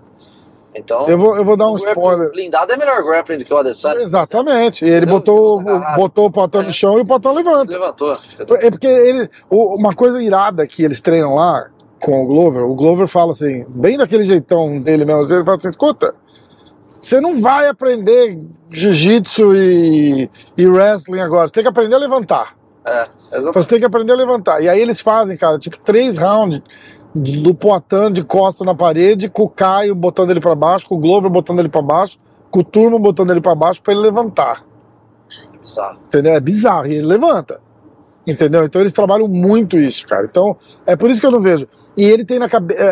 S3: Então,
S1: é. Eu, vou, eu vou dar um
S3: o grappling
S1: spoiler.
S3: blindado é melhor grappling do que o Adesanya.
S1: Exatamente. E ele
S3: Entendeu?
S1: botou,
S3: Ele tá É. botou
S1: botou o Potan no chão e o Potan levanta.
S3: Levantou.
S1: É porque ele, o- uma coisa irada que eles treinam lá com o Glover, o Glover fala assim, bem daquele jeitão dele mesmo, ele fala assim, escuta, você não vai aprender jiu-jitsu e, e wrestling agora, você tem que aprender a levantar.
S3: É, Exatamente.
S1: Você tem que aprender a levantar. E aí eles fazem, cara, tipo três rounds de- do Poitin de costa na parede, com o Caio botando ele pra baixo, com o Glover botando ele pra baixo, com o Turma botando ele pra baixo pra ele levantar.
S3: Bizarro.
S1: Entendeu? É bizarro. E ele levanta. Entendeu? Então eles trabalham muito isso, cara. Então, é por isso que eu não vejo. E ele tem na cabeça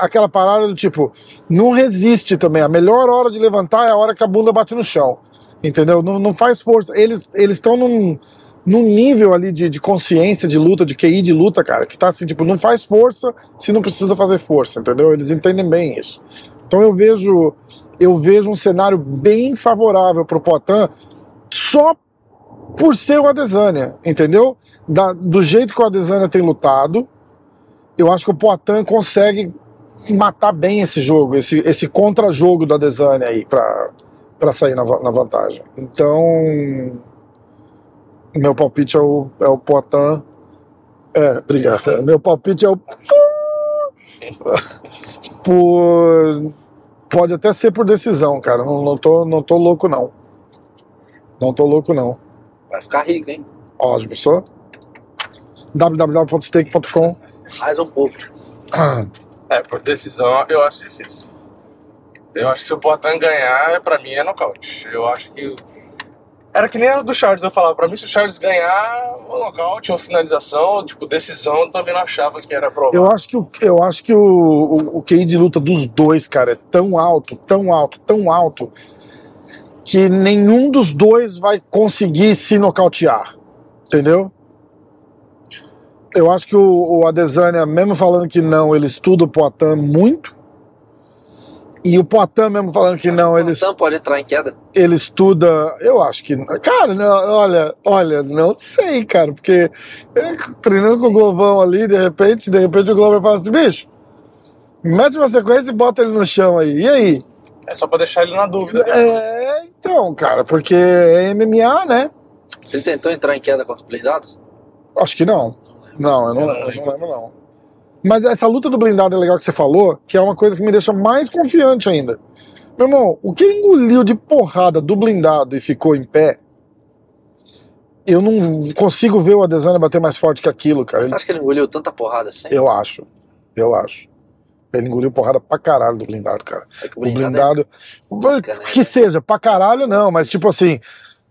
S1: aquela parada do tipo, não resiste também. A melhor hora de levantar é a hora que a bunda bate no chão. Entendeu? Não, não faz força. Eles eles estão num, num nível ali de, de consciência de luta, de QI de luta, cara, que tá assim, tipo, não faz força se não precisa fazer força, entendeu? Eles entendem bem isso. Então eu vejo eu vejo um cenário bem favorável pro Poitin só por ser o Adesanya, entendeu? Da- do jeito que o Adesanya tem lutado, eu acho que o Poitin consegue matar bem esse jogo, esse, esse contra-jogo do Adesanya aí pra, pra sair na, va- na vantagem. Então, meu palpite é o, é o Poitin. É, obrigado. Meu palpite é o. Por. Pode até ser por decisão, cara. Não, não, tô, não tô louco, não. Não tô louco, não.
S3: Vai ficar rico, hein?
S1: Ótimo, só. www.steak.com
S3: Mais um pouco.
S2: É, por decisão eu acho difícil. Eu acho que se o Poitin ganhar, pra mim é nocaute. Eu acho que. Era que nem a do Charles, eu falava, pra mim se o Charles ganhar, ou nocaute, ou finalização, ou, tipo, decisão, eu também não achava que era provável.
S1: Eu acho que, o, eu acho que o, o, o QI de luta dos dois, cara, é tão alto, tão alto, tão alto, que nenhum dos dois vai conseguir se nocautear. Entendeu? Eu acho que o, o Adesanya, mesmo falando que não, ele estuda o Poitin muito. E o Poitin, mesmo falando que não, ele,
S3: Então pode entrar em queda.
S1: ele estuda. Eu acho que. Cara, não, olha, olha, não sei, cara, porque é, treinando com o Globão ali, de repente, de repente o Globo fala assim, bicho, mete uma sequência e bota ele no chão aí. E aí?
S2: É só pra deixar ele na dúvida. né?
S1: É, então, cara, porque é MMA, né?
S3: Ele tentou entrar em queda contra os blindados?
S1: Acho que não. Não, eu não,
S2: Eu não
S1: lembro, eu não lembro, não. Mas essa luta do blindado é legal que você falou, que é uma coisa que me deixa mais confiante ainda. Meu irmão, o que ele engoliu de porrada do blindado e ficou em pé, eu não consigo ver o Adesanya bater mais forte que aquilo, cara.
S3: Você acha que ele engoliu tanta porrada assim?
S1: Eu acho. Eu acho. Ele engoliu porrada pra caralho do blindado, cara.
S3: É que o
S1: O
S3: blindado,
S1: blindado.
S3: Brinca, né?
S1: Que seja, pra caralho não, mas tipo assim,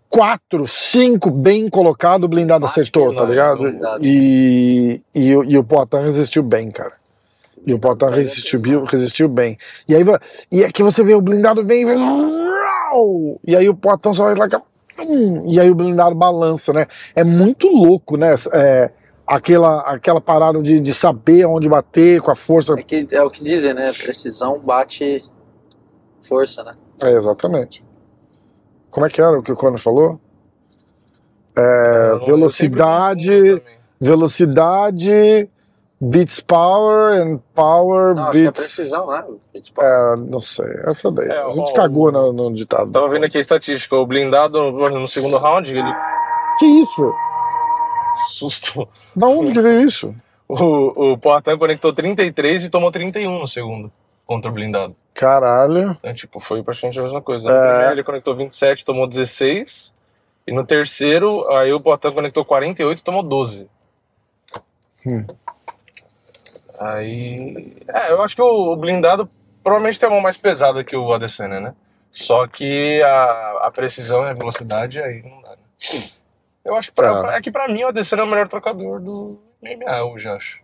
S1: quatro, cinco bem colocado, o blindado
S3: Bate
S1: acertou, tá
S2: pesado,
S1: ligado?
S3: blindado.
S1: E, e, o- e o Poitin resistiu bem, cara. E o Poitin
S3: Mas é
S1: resistiu,
S3: pesado.
S1: resistiu bem. E aí va- e aqui você vê o blindado vem e vem. Uau! E aí o Poitin só vai lá. hum, E aí o blindado balança, né? É muito louco, né? É, aquela, aquela parada de, de saber onde bater com a força.
S3: é, que, é o que dizem, né? Precisão bate força, né?
S1: É, exatamente. Como é que era o que o Conor falou?
S2: Eu não- eu
S1: velocidade-
S2: sempre confundo também.
S1: Velocidade beats power and power
S3: Não, acho que é
S1: beats.
S3: precisão, né? Eles-
S1: É, não sei, essa daí.
S2: É,
S1: a gente
S2: ó,
S1: cagou no, no ditado.
S2: Tava vendo aqui a estatística, o blindado no segundo round, ele
S1: Que isso?
S2: susto.
S1: Da onde que veio isso?
S2: O, o Poitin conectou 33 e tomou 31 no segundo contra o blindado.
S1: Caralho.
S2: Então, tipo, foi praticamente a mesma coisa. No
S1: É.
S2: primeiro ele conectou 27, tomou 16. E no terceiro, aí o Poitin conectou 48 e tomou 12.
S1: Hum.
S2: Aí. É, eu acho que o, o blindado provavelmente tem a mão mais pesada que o Adesanya, né? Só que a, a precisão e a velocidade aí não dá, né? Eu acho que pra,
S1: Tá.
S2: pra- é que pra mim o Adesanya é o melhor trocador do MMA hoje, eu acho.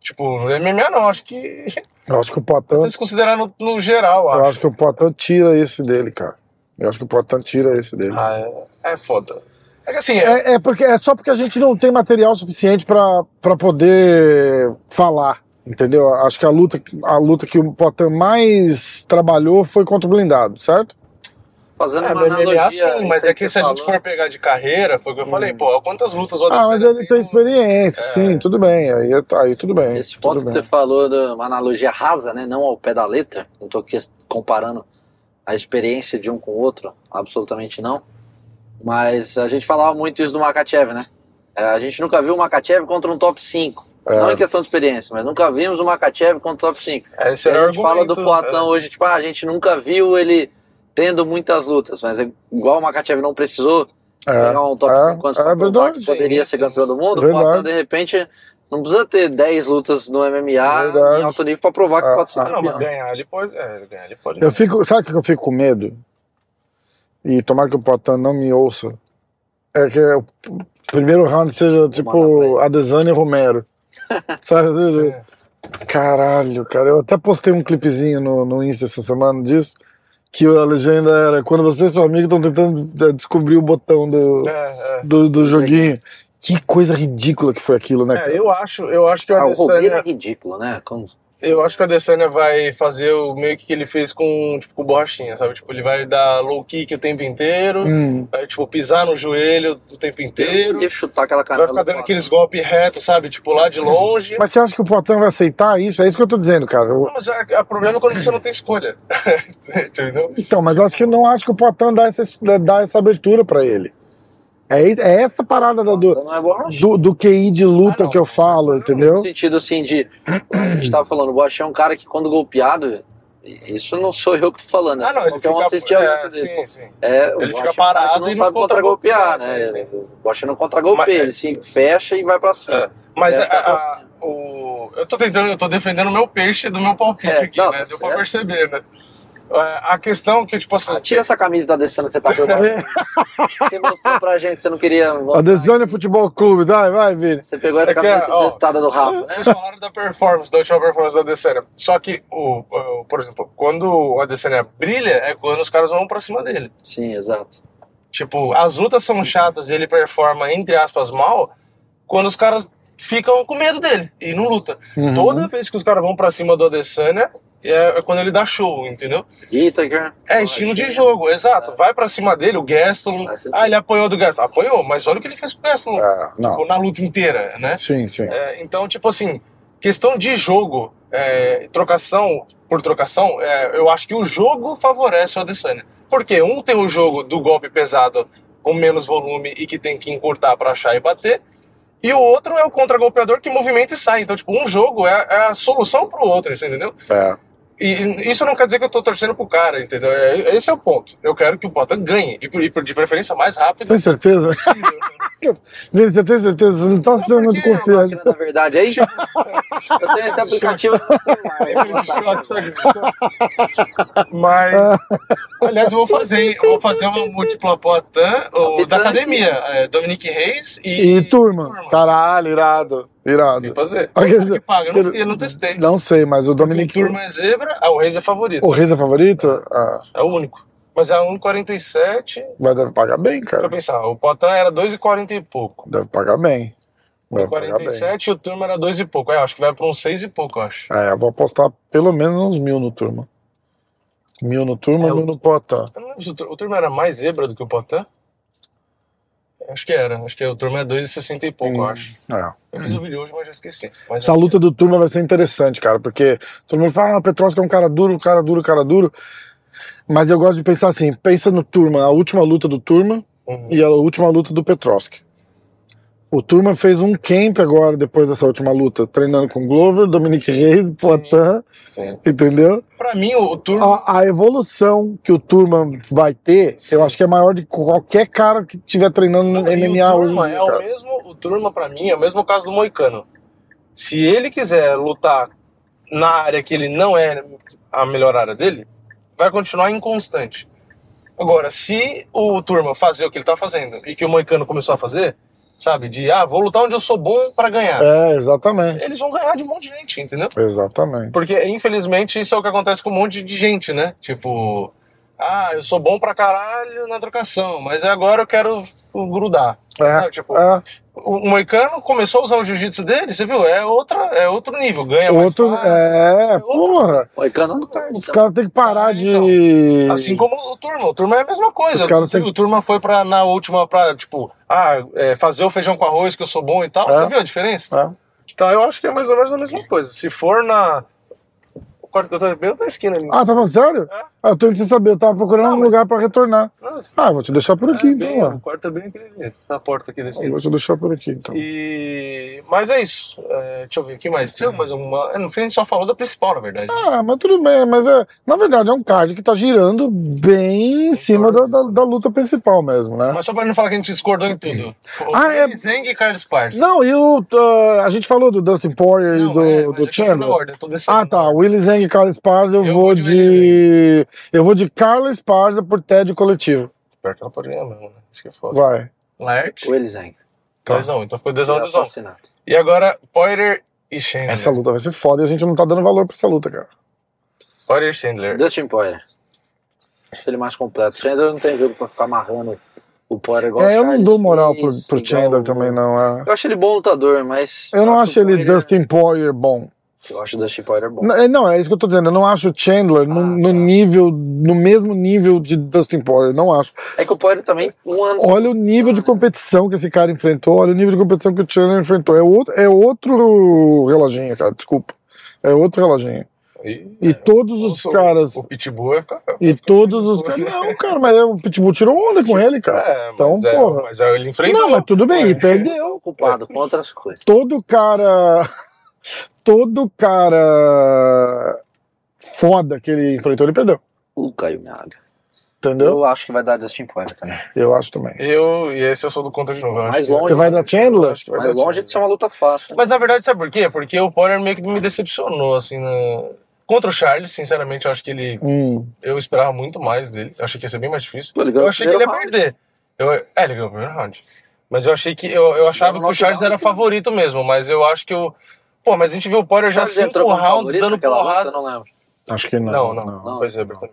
S2: Tipo, no MMA não, acho que.
S1: Eu acho que o Poitin,
S2: Se considerar no, no geral,
S1: eu acho que o Poitin tira esse dele, cara. Eu acho que o Poitin tira esse dele.
S2: Ah, é, é foda. É que assim, é,
S1: É, é porque é só porque a gente não tem material suficiente pra pra poder falar, entendeu? Acho que a luta, a luta que o Potan mais trabalhou foi contra o blindado, certo?
S3: Fazendo
S2: é no
S3: uma
S2: MMA
S3: analogia.
S2: sim, mas
S3: isso aí
S2: é que se a gente
S3: falou,
S2: for pegar de carreira, foi o que eu falei, pô, quantas lutas o
S1: Ah, mas
S2: Adesanya
S1: ele tem experiência,
S2: É.
S1: sim, tudo bem. Aí, aí tudo bem.
S3: um- Esse
S1: tudo
S3: ponto que
S1: bem.
S3: você falou, de uma analogia rasa, né? Não ao pé da letra. Não estou aqui comparando a experiência de um com o outro, absolutamente não. Mas a gente falava muito isso do Makachev, né? É, A gente nunca viu o Makachev contra um top 5.
S1: É.
S3: Não em questão de experiência, mas nunca vimos o Makachev contra o top 5.
S2: É, esse
S3: Se
S2: era o
S3: a gente fala do
S2: argumento,
S3: Platão
S1: é.
S3: hoje, tipo, ah, a gente nunca viu ele tendo muitas lutas, mas é igual o Makachev não precisou
S1: É.
S3: pegar um top
S1: é,
S3: 5 antes
S1: é
S3: pra provar
S1: verdade. É
S3: que poderia ser campeão do mundo,
S1: Verdade.
S3: o Platão, de repente, não precisa ter 10 lutas no MMA
S1: É Verdade.
S3: em alto nível pra provar
S1: Ah,
S3: que pode ser
S1: ah,
S2: né? Ah, não, mas
S3: campeão.
S2: ganhar ele pode. É, ganhar ele pode.
S1: Eu fico, sabe o que eu fico com medo? E tomara que o Potan não me ouça. É que eu- Primeiro round seja
S3: mandar pra
S1: tipo Adesanya e Romero. Sabe?
S2: É.
S1: Caralho, cara. Eu até postei um clipezinho no, no Insta essa semana disso. Que a legenda era quando você e seu amigo estão tentando eh, descobrir o botão do,
S2: É, é.
S1: do, do joguinho. Que coisa ridícula que foi aquilo, né, cara?
S2: É, eu acho, eu acho que o
S3: Ah, o Romero é
S2: Adesanya,
S3: ridículo, né? Como-
S2: eu acho que o Adesanya vai fazer o meio que ele fez com tipo com o borrachinha, sabe? Tipo, ele vai dar low kick o tempo inteiro,
S1: Hum.
S2: vai tipo pisar no joelho o tempo inteiro,
S3: Ia chutar aquela
S2: vai
S3: canela.
S2: ficar dando
S3: do-
S2: aqueles golpes retos, sabe? Tipo lá de longe.
S1: Mas você acha que o Poitin vai aceitar isso? É isso que eu tô dizendo, cara. Eu-
S2: Não, Mas é, é o problema é quando você não tem escolha. Entendeu?
S1: Então, mas eu acho que não acho que o Poitin dá essa, dá essa abertura pra ele. É, i- é essa parada da- do,
S3: Não é borracha.
S1: do, do QI de
S2: Ah,
S1: luta
S2: não.
S1: que eu falo, entendeu?
S3: No sentido assim de. A gente tava falando, o Bosch é um cara que quando golpeado. Isso não sou eu que tô falando.
S2: Ah, não, ele
S3: qualquer um
S2: fica,
S3: assistir a luta
S2: é,
S3: dele.
S2: sim, sim.
S3: É, o
S2: Ele fica
S3: Bosch é um cara que
S2: parado
S3: não
S2: e não
S3: sabe
S2: contra-golpear,
S3: contra-golpear, né? O Bosch não contra-golpeia,
S2: Mas- é.
S3: ele se fecha e vai pra cima.
S2: Mas
S3: É,
S2: a- a-
S3: assim.
S2: o, eu tô tentando, eu tô defendendo o meu peixe do meu palpite
S3: É,
S2: aqui,
S3: não,
S2: né?
S3: tá
S2: Deu pra
S3: certo.
S2: perceber, né? É, A questão que, tipo assim,
S3: Ah, tira essa camisa da Adesanya que você tá jogando. você mostrou pra gente, você não queria mostrar.
S1: Adesanya Futebol Clube, vai, vai, Vini.
S3: Você pegou essa
S2: É que,
S3: camisa
S2: ó,
S3: emprestada do Rafa, né?
S2: Vocês falaram da performance, da última performance da Adesanya. Só que, o, o- por exemplo, quando o Adesanya brilha, é quando os caras vão pra cima dele.
S3: Sim, exato.
S2: Tipo, as lutas são chatas e ele performa, entre aspas, mal, quando os caras ficam com medo dele e não luta.
S1: Uhum.
S2: Toda vez que os caras vão pra cima do Adesanya, é, é quando ele dá show, entendeu?
S3: Whittaker.
S2: É
S3: Bosch,
S2: estilo de jogo, exato. Vai pra cima dele, o Gastelum.
S3: Vai ser-
S2: Ah, ele apanhou do Gastelum. Apanhou, mas olha o que ele fez com o Gastelum.
S1: Ah, não.
S2: Tipo, na luta inteira, né?
S1: Sim, sim.
S2: É, então, tipo assim, questão de jogo, é, trocação por trocação, é, eu acho que o jogo favorece o Adesanya. Porque um tem o jogo do golpe pesado com menos volume e que tem que encurtar pra achar e bater, e o outro é o contra-golpeador que movimenta e sai. Então, tipo, um jogo é, é a solução pro outro, você entendeu?
S1: É.
S2: E e isso não quer dizer que eu tô torcendo pro cara, entendeu? É, Esse é o ponto. Eu quero que o Potan ganhe, e por- e por- de preferência mais rápido
S1: Tem certeza?
S2: possível.
S1: Vini, você tem certeza? Você não tá sendo muito
S2: porque é uma
S3: A
S1: confiante.
S3: máquina da verdade, aí eu tenho esse aplicativo no meu celular.
S2: Mas, aliás, eu vou fazer, hein? Eu vou fazer uma múltipla Poitin ou da academia, é, Dominique Reis e.
S1: E turma, caralho, irado,
S2: Tem que
S1: irado.
S2: fazer.
S1: Ah, quer
S2: Paga
S1: dizer,
S2: que paga, eu não, eu não testei.
S1: Não sei, mas o
S2: O
S1: Dominic.
S2: turma é zebra, ah, o Reis é favorito.
S1: O Reis é favorito? Ah,
S2: É o único. Mas é a 1,47.
S1: mas deve pagar bem,
S2: Deixa eu
S1: cara.
S2: pensar, o Poitin era 2,40 e pouco.
S1: Deve pagar bem. Deve pagar bem.
S2: 47 e o turma era 2 e pouco. É, eu acho que vai pra uns 6 e pouco, eu acho.
S1: É, eu vou apostar pelo menos uns mil no turma. Mil no turma,
S2: É, o-
S1: mil no Poitin.
S2: Eu não lembro se o, Tur- o Turma era mais zebra do que o Poitin. Acho que era. Acho que o Turma é 2,60 e pouco, eu
S1: Hum.
S2: acho.
S1: É.
S2: Eu fiz o vídeo hoje, mas já esqueci. Mas assim,
S1: Essa
S2: acho
S1: luta do turma vai ser interessante, cara, porque todo mundo fala, ah, o Petrosca é um cara duro, cara duro, cara duro. Mas eu gosto de pensar assim, pensa no turma, a última luta do turma
S2: que- Uhum.
S1: e a última luta do Petroski. O Turma fez um camp agora, depois dessa última luta, treinando com Glover, Dominique Reis, Poitin,
S2: sim.
S1: entendeu?
S2: Pra mim, o, o Turma.
S1: A, a evolução que o Turma vai ter, eu acho que é maior de qualquer cara que estiver treinando Ah, no
S2: e
S1: MMA
S2: o
S1: hoje.
S2: turma
S1: em dia,
S2: é o
S1: cara.
S2: mesmo. O Turma, pra mim, é o mesmo caso do Moicano. Se ele quiser lutar na área que ele não é a melhor área dele, vai continuar inconstante. Agora, se o Turma fazer o que ele tá fazendo e que o Moicano começou a fazer, sabe? De, ah, vou lutar onde eu sou bom pra ganhar.
S1: É, exatamente.
S2: Eles vão ganhar de um monte de gente, entendeu?
S1: Exatamente.
S2: Porque, infelizmente, isso é o que acontece com um monte de gente, né? Tipo, ah, eu sou bom pra caralho na trocação, mas agora eu quero grudar.
S1: É,
S2: Sabe? Tipo,
S1: é.
S2: o o Moicano começou a usar o jiu-jitsu dele, você viu? É, outra, é outro nível, ganha mais
S1: Outro,
S2: fácil.
S1: é,
S2: outro.
S1: porra.
S3: Moicano não perde.
S1: Os caras têm que parar
S2: É,
S1: de.
S2: Assim como o Turma, o Turma é a mesma coisa.
S1: Os caras
S2: Você
S1: têm-
S2: viu? O Turma foi pra, na última pra, tipo, ah, é, fazer o feijão com arroz que eu sou bom e tal.
S1: É.
S2: Você viu a diferença?
S1: É.
S2: Então eu acho que é mais ou menos a mesma coisa. Se for na. O quarto que eu tô é bem na esquina ali.
S1: Ah, tá falando sério?
S2: É.
S1: Ah, Eu tenho que saber, eu tava procurando
S2: Não,
S1: um
S2: mas-
S1: lugar pra retornar.
S2: Nossa.
S1: Ah, vou te deixar por aqui
S2: É,
S1: então,
S2: bem,
S1: ó.
S2: o quarto é bem aquele ali, na porta aqui da
S1: Eu
S2: esquina.
S1: Vou te deixar por aqui então.
S2: E... Mas é isso. É, deixa eu ver, o que mais? Tinha mais alguma... É, No fim, a gente só falou da principal, na verdade.
S1: Ah, mas tudo bem, mas é, na verdade é um card que tá girando bem em cima da, da, da luta principal mesmo, né?
S2: Mas só pra não falar que a gente discordou em tudo. O
S1: Ah, é-
S2: Zeng e Carlos Parks.
S1: Não, e o. ah, a gente falou do Dustin Poirier e do,
S2: é, mas eu
S1: do
S2: tô na
S1: Chandler.
S2: ordem, eu tô descendo.
S1: Ah, tá. Willy Zeng e Carlos Esparza, eu,
S2: Eu
S1: vou de. Eu vou de Carlos Esparza por TED coletivo.
S2: Pior que ela poderia mesmo, né? Isso que é foda.
S1: Vai.
S2: Laerte.
S3: O Elisang.
S1: Tá.
S2: 2x1. Então ficou
S3: E
S2: 2x1, 2x1.
S3: assassinato.
S2: E agora, Poirier e Chandler.
S1: Essa luta vai ser foda e a gente não tá dando valor pra essa luta, cara.
S2: Poirier e Chandler.
S3: Dustin Poirier. Deixa ele mais completo. Chandler não tem jogo pra ficar amarrando o Poirier igual o
S1: é, eu não
S3: Charles
S1: dou moral pro,
S3: fez,
S1: pro
S3: igual
S1: Chandler
S3: o-
S1: também, não. é.
S3: Eu acho ele bom lutador, mas...
S1: Eu não
S3: o
S1: acho ele
S3: Poirier-
S1: Dustin Poirier bom.
S3: Eu acho o Dustin Poirier bom.
S1: N- é, Não, é isso que eu tô dizendo. Eu não acho o Chandler no,
S3: Ah,
S1: no
S3: tá.
S1: nível, no mesmo nível de Dustin Poirier. Não acho.
S3: É que o Poirier também, um ano...
S1: Olha o nível de competição que esse cara enfrentou. Olha o nível de competição que o Chandler enfrentou. É outro, é outro reloginho, cara. Desculpa. É outro reloginho.
S2: E,
S1: E todos os
S2: o-
S1: caras.
S2: É, O Pitbull vai ficar.
S1: E todos os
S2: Você-
S1: caras. Não, cara, mas é o Pitbull tirou onda com ele, cara.
S2: É,
S1: Então,
S2: mas, é,
S1: porra.
S2: mas é, ele enfrentou.
S1: Não, mas tudo bem,
S2: É.
S1: e perdeu.
S3: Ocupado com outras coisas.
S1: Todo cara. Todo cara. Foda que ele enfrentou, ele perdeu.
S3: O Caio Miaga.
S1: Entendeu?
S3: Eu acho que vai dar Dustin Poirier também.
S1: Eu acho também.
S2: Eu, e esse eu sou do contra de novo. eu
S3: Mais
S2: acho que-
S3: longe,
S1: Você vai dar Chandler?
S2: acho que vai
S3: Mas
S2: dar
S3: longe
S2: Chandler.
S3: de ser uma luta fácil.
S2: Mas na verdade, sabe por quê? Porque o Poirier meio que me decepcionou, assim, na- Contra o Charles, sinceramente, eu acho que ele.
S1: Hum.
S2: Eu esperava muito mais dele. Eu achei que ia ser bem mais difícil.
S3: Pô, ele ganhou
S2: Eu
S3: o
S2: achei que
S1: é
S2: ele ia
S3: primeiro round.
S2: perder. Eu, é, ele ganhou o primeiro round. Mas eu achei que. Eu, eu achava
S3: Ganhou
S2: que
S3: no
S2: o Charles
S3: knockdown,
S2: era
S3: né?
S2: favorito mesmo, mas eu acho que o. Pô, mas a gente viu o Poirier já
S3: Charles entrou
S2: cinco
S3: como
S2: rounds
S3: favorito
S2: dando
S3: naquela
S2: porrada.
S3: luta, eu não lembro.
S1: Acho que não.
S2: Não, não.
S3: não.
S2: pois é, Bertone.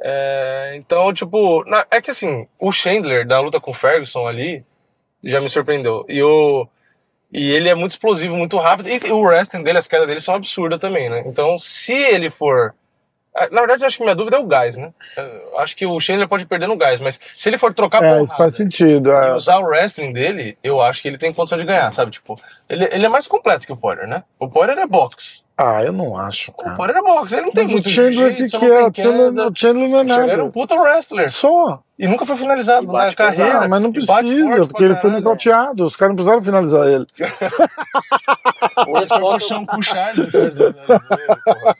S2: É, então, tipo, na- é que assim, o Chandler da luta com o Ferguson ali já me surpreendeu. E o e ele é muito explosivo, muito rápido. E o wrestling dele, as quedas dele são absurdas também, né? Então, se ele for. ah, Na verdade, eu acho que minha dúvida é o gás, né? Eu acho que o Chandler pode perder no gás, mas se ele for trocar
S1: É, isso
S2: porrada
S1: faz sentido.
S2: e
S1: É.
S2: usar o wrestling dele, eu acho que ele tem condição de ganhar, sabe? Tipo, ele, ele é mais completo que o Poirier, né? O Poirier é boxe.
S1: Ah, eu não acho,
S2: O Poirier é boxe, ele não tem
S1: Mas
S2: muito
S1: o Chandler, o que,
S2: jiu-jitsu,
S1: que
S2: não
S1: é?
S2: tem
S1: O Chandler,
S2: queda.
S1: o Chandler não é
S2: O Chandler era um
S1: nada.
S2: puta wrestler.
S1: Só.
S2: E nunca foi
S3: E
S2: finalizado na
S3: bate pesado,
S2: carreira.
S1: Ah, mas não
S2: E bate
S1: precisa,
S2: forte
S1: porque ele
S2: pra
S1: foi
S2: caralho. né?
S1: nocauteado. Os caras não precisaram finalizar ele.
S3: Nesse ponto,
S2: com o Charles. às vezes,
S3: né?
S2: porra.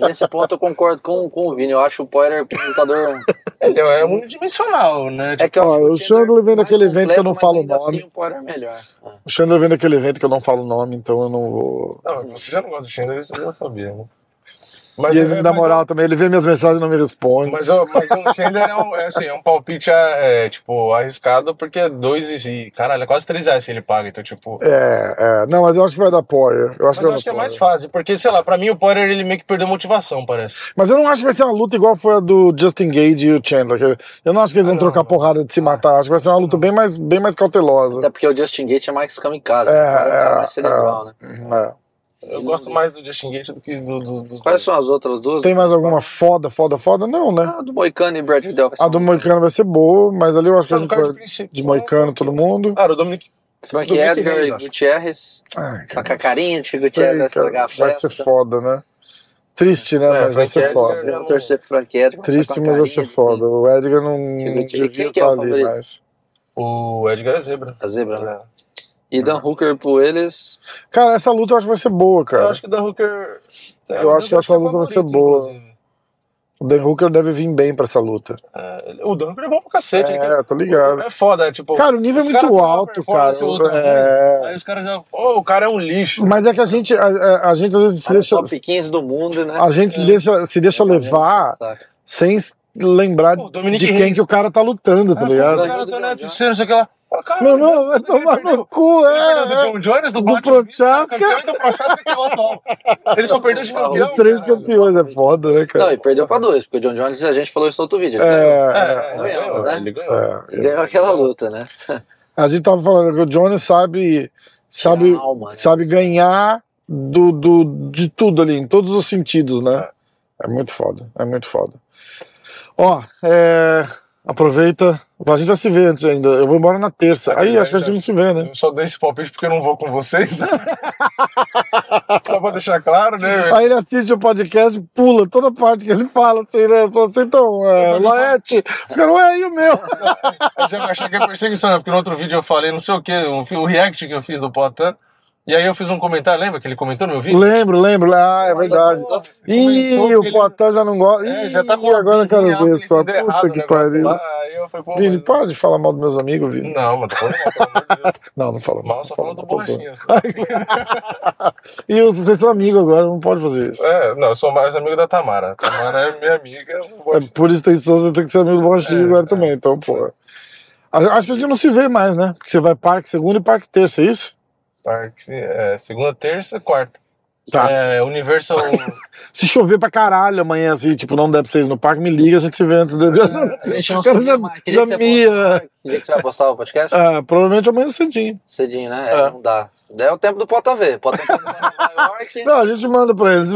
S3: nesse ponto eu concordo com, com o Vini. Eu acho o Poirier um lutador.
S2: Ele é unidimensional, né?
S3: É que eu
S1: Ó,
S3: acho
S1: o Chandler vem
S3: mais
S1: daquele evento que eu não
S3: completo,
S1: falo
S3: mas ainda
S1: o nome.
S3: Assim, o Poirier é melhor. É.
S1: O Chandler vem daquele evento que eu não falo o nome, então eu não vou.
S2: Não, você já não gosta do Chandler, você já sabia, né? Mas, é,
S1: e ele me dá
S2: mas
S1: moral também, ele vê minhas mensagens e não me responde.
S2: Mas, o- mas o Chandler é um, é, assim, é um palpite é, tipo, arriscado, porque é dois e. e, Caralho, é quase 3 reais que ele paga. Então, tipo.
S1: É, é. Não, mas eu acho que vai dar Poirier. Eu acho
S2: Mas
S1: que vai
S2: eu
S1: dar
S2: acho que é
S1: Poirier.
S2: mais fácil, porque, sei lá, pra mim o Potter ele meio que perdeu motivação, parece.
S1: Mas eu não acho que vai ser uma luta igual foi a do Justin Gage e o Chandler. que Eu não acho que eles
S2: Ah,
S1: vão
S2: não,
S1: trocar
S2: não.
S1: porrada de se matar. Acho que vai ser uma luta bem mais, bem mais cautelosa.
S3: Até porque o Justin Gates é mais kamikaze.
S1: É,
S3: né? O cara É, um cara
S1: é,
S3: mais cerebral, né?
S1: É.
S2: Eu gosto mais do Justin Gate do que do, do- dos. dois.
S3: Quais são as outras duas?
S1: Tem mais alguma foda, foda, foda? Não, né?
S3: Ah, do Moicano e Brad Vidal. vai ser
S1: A do
S3: uma-
S1: Moicano vai ser boa, mas ali eu acho que
S2: Tá
S1: a
S2: no
S1: gente
S2: card
S1: vai
S2: principal.
S1: de Moicano todo mundo.
S2: Cara, o Dominic.
S3: Frank
S2: do Vicky
S3: é Edgar
S2: Reyes,
S3: e
S2: acho.
S3: Gutierrez.
S1: Ai,
S3: Com a
S1: cara,
S3: cacarinha de
S1: sei,
S3: Gutierrez vai
S1: cara,
S3: estragar a
S1: Vai
S3: festa.
S1: ser foda, né? Triste, né?
S2: É,
S1: mas vai
S2: Frank
S1: ser
S2: Edgar-
S1: foda.
S3: Eu vou um torcer pro Frank Edgar. tá
S1: Triste,
S3: com a
S1: mas vai ser
S3: carinha de-
S1: foda. O Edgar não
S3: Quem que é o
S1: devia estar ali
S3: favorito?
S1: mais.
S2: O Edgar é zebra.
S3: A zebra, né?
S2: É.
S3: E Dan Hooker pro eles.
S1: Cara, essa luta eu acho que vai ser boa,
S2: Eu
S1: cara.
S2: acho que o Dan Hooker. é
S1: Eu acho que essa luta vai ser boa. O Dan Hooker deve vir bem pra essa luta.
S2: o Dan Hooker é bom pra cacete. ele-
S1: É, tô ligado.
S2: É foda, é tipo.
S1: Cara, o nível é
S2: os caras
S1: muito
S2: tão na
S1: alto, cara.
S2: performance, o outro
S1: É.
S2: Aí os caras já. Oh, o cara é um lixo.
S1: Mas é que a gente, a, a- a gente às vezes se
S3: Tá no
S1: deixa,
S3: top 15 do mundo, né?
S1: a gente se
S3: É.
S1: deixa, se deixa levar
S3: Saca.
S1: sem s- lembrar
S2: Pô,
S1: de
S2: Dominic
S1: quem
S2: Reis.
S1: que o cara tá lutando, tá
S2: Ah,
S1: ligado?
S2: pô, O cara tá no UFC, não sei o que lá. Fala, caralho,
S1: Meu irmão, vai
S2: ele
S1: tomar
S2: perdeu-
S1: no cu,
S2: ele perdeu
S1: é.
S2: do John Jones, do,
S1: Do
S2: Black
S1: Prochaska.
S2: do Prochaska, que é o atual. Ele só perdeu de
S1: é.
S2: campeão.
S1: De três
S2: caralho.
S1: campeões, é foda, né,
S3: Não, e
S1: cara?
S3: perdeu pra dois, porque o John Jones, a gente falou isso no outro vídeo.
S1: É,
S3: Ele ganhou.
S1: é,
S2: É, é,
S3: Ganhamos, né?
S2: ele ganhou.
S1: é.
S3: Ele ganhou aquela luta, né?
S1: A gente tava falando que o Johnny sabe, sabe,
S3: Tirar a alma, né?
S1: sabe ganhar do, do, de tudo ali, em todos os sentidos, né? É muito foda, é muito foda. Ó, é, aproveita. A gente vai se ver antes ainda. Eu vou embora na terça.
S2: Tá
S1: Aí acho que a gente não se vê, né?
S2: Eu só dei esse palpite porque eu não vou com vocês. só pra deixar claro, né?
S1: Aí ele assiste o podcast, pula toda parte que ele fala, assim, né? Fala assim, então, é, Laerte, os caras, ué, e o meu?
S2: Eu já achei que é perseguição, né? Porque no outro vídeo eu falei não sei o que, o react que eu fiz do Potan. E aí eu fiz um comentário, lembra que ele comentou no meu vídeo?
S1: Lembro, lembro. Ah, é verdade.
S2: Comentou
S1: Ih,
S2: que
S1: o
S2: ele-
S1: Poitin já não gosta.
S2: É,
S1: Ih,
S2: já tá com
S1: agora eu quero
S2: opinião,
S1: ver
S2: ele
S1: só.
S2: entendeu errado né,
S1: Puta
S2: o
S1: que
S2: negócio
S1: pariu.
S2: lá. Aí eu falei, pô,
S1: Vini,
S2: mas...
S1: para de falar mal dos meus amigos, Vini.
S2: Não, mas pô, não, pelo amor de Deus.
S1: Não, não fala um
S2: Mal só assim. fala Hum. do
S1: tô zoando.
S2: borrachinha. só.
S1: E eu- vocês são amigos agora, não pode fazer isso.
S2: É, não, eu sou mais amigo da Tamara. A Tamara é minha amiga. eu não
S1: É,
S2: gosto.
S1: por extensão, você tem que ser amigo do borrachinho
S2: É,
S1: agora
S2: é.
S1: também, então, pô. A- Acho que a gente não se vê mais, né? Porque você vai parque segunda e parque terça, é isso?
S2: Parque, é, segunda, terça, quarta.
S1: Tá.
S2: É, Universal.
S1: Se chover pra caralho amanhã, assim, tipo, não der pra vocês ir no parque, me liga, a gente se vê antes do.
S3: A gente não
S1: O cara
S3: sabe
S1: já-
S3: mais.
S1: já
S3: que, você
S1: mia.
S3: posta- que dia que você vai postar o podcast?
S1: Ah, provavelmente amanhã cedinho.
S3: Cedinho, né? É,
S1: É.
S3: Não dá. Daí é o tempo do Pota ver. Pota ver em Nova York.
S1: Não, a gente manda pra eles.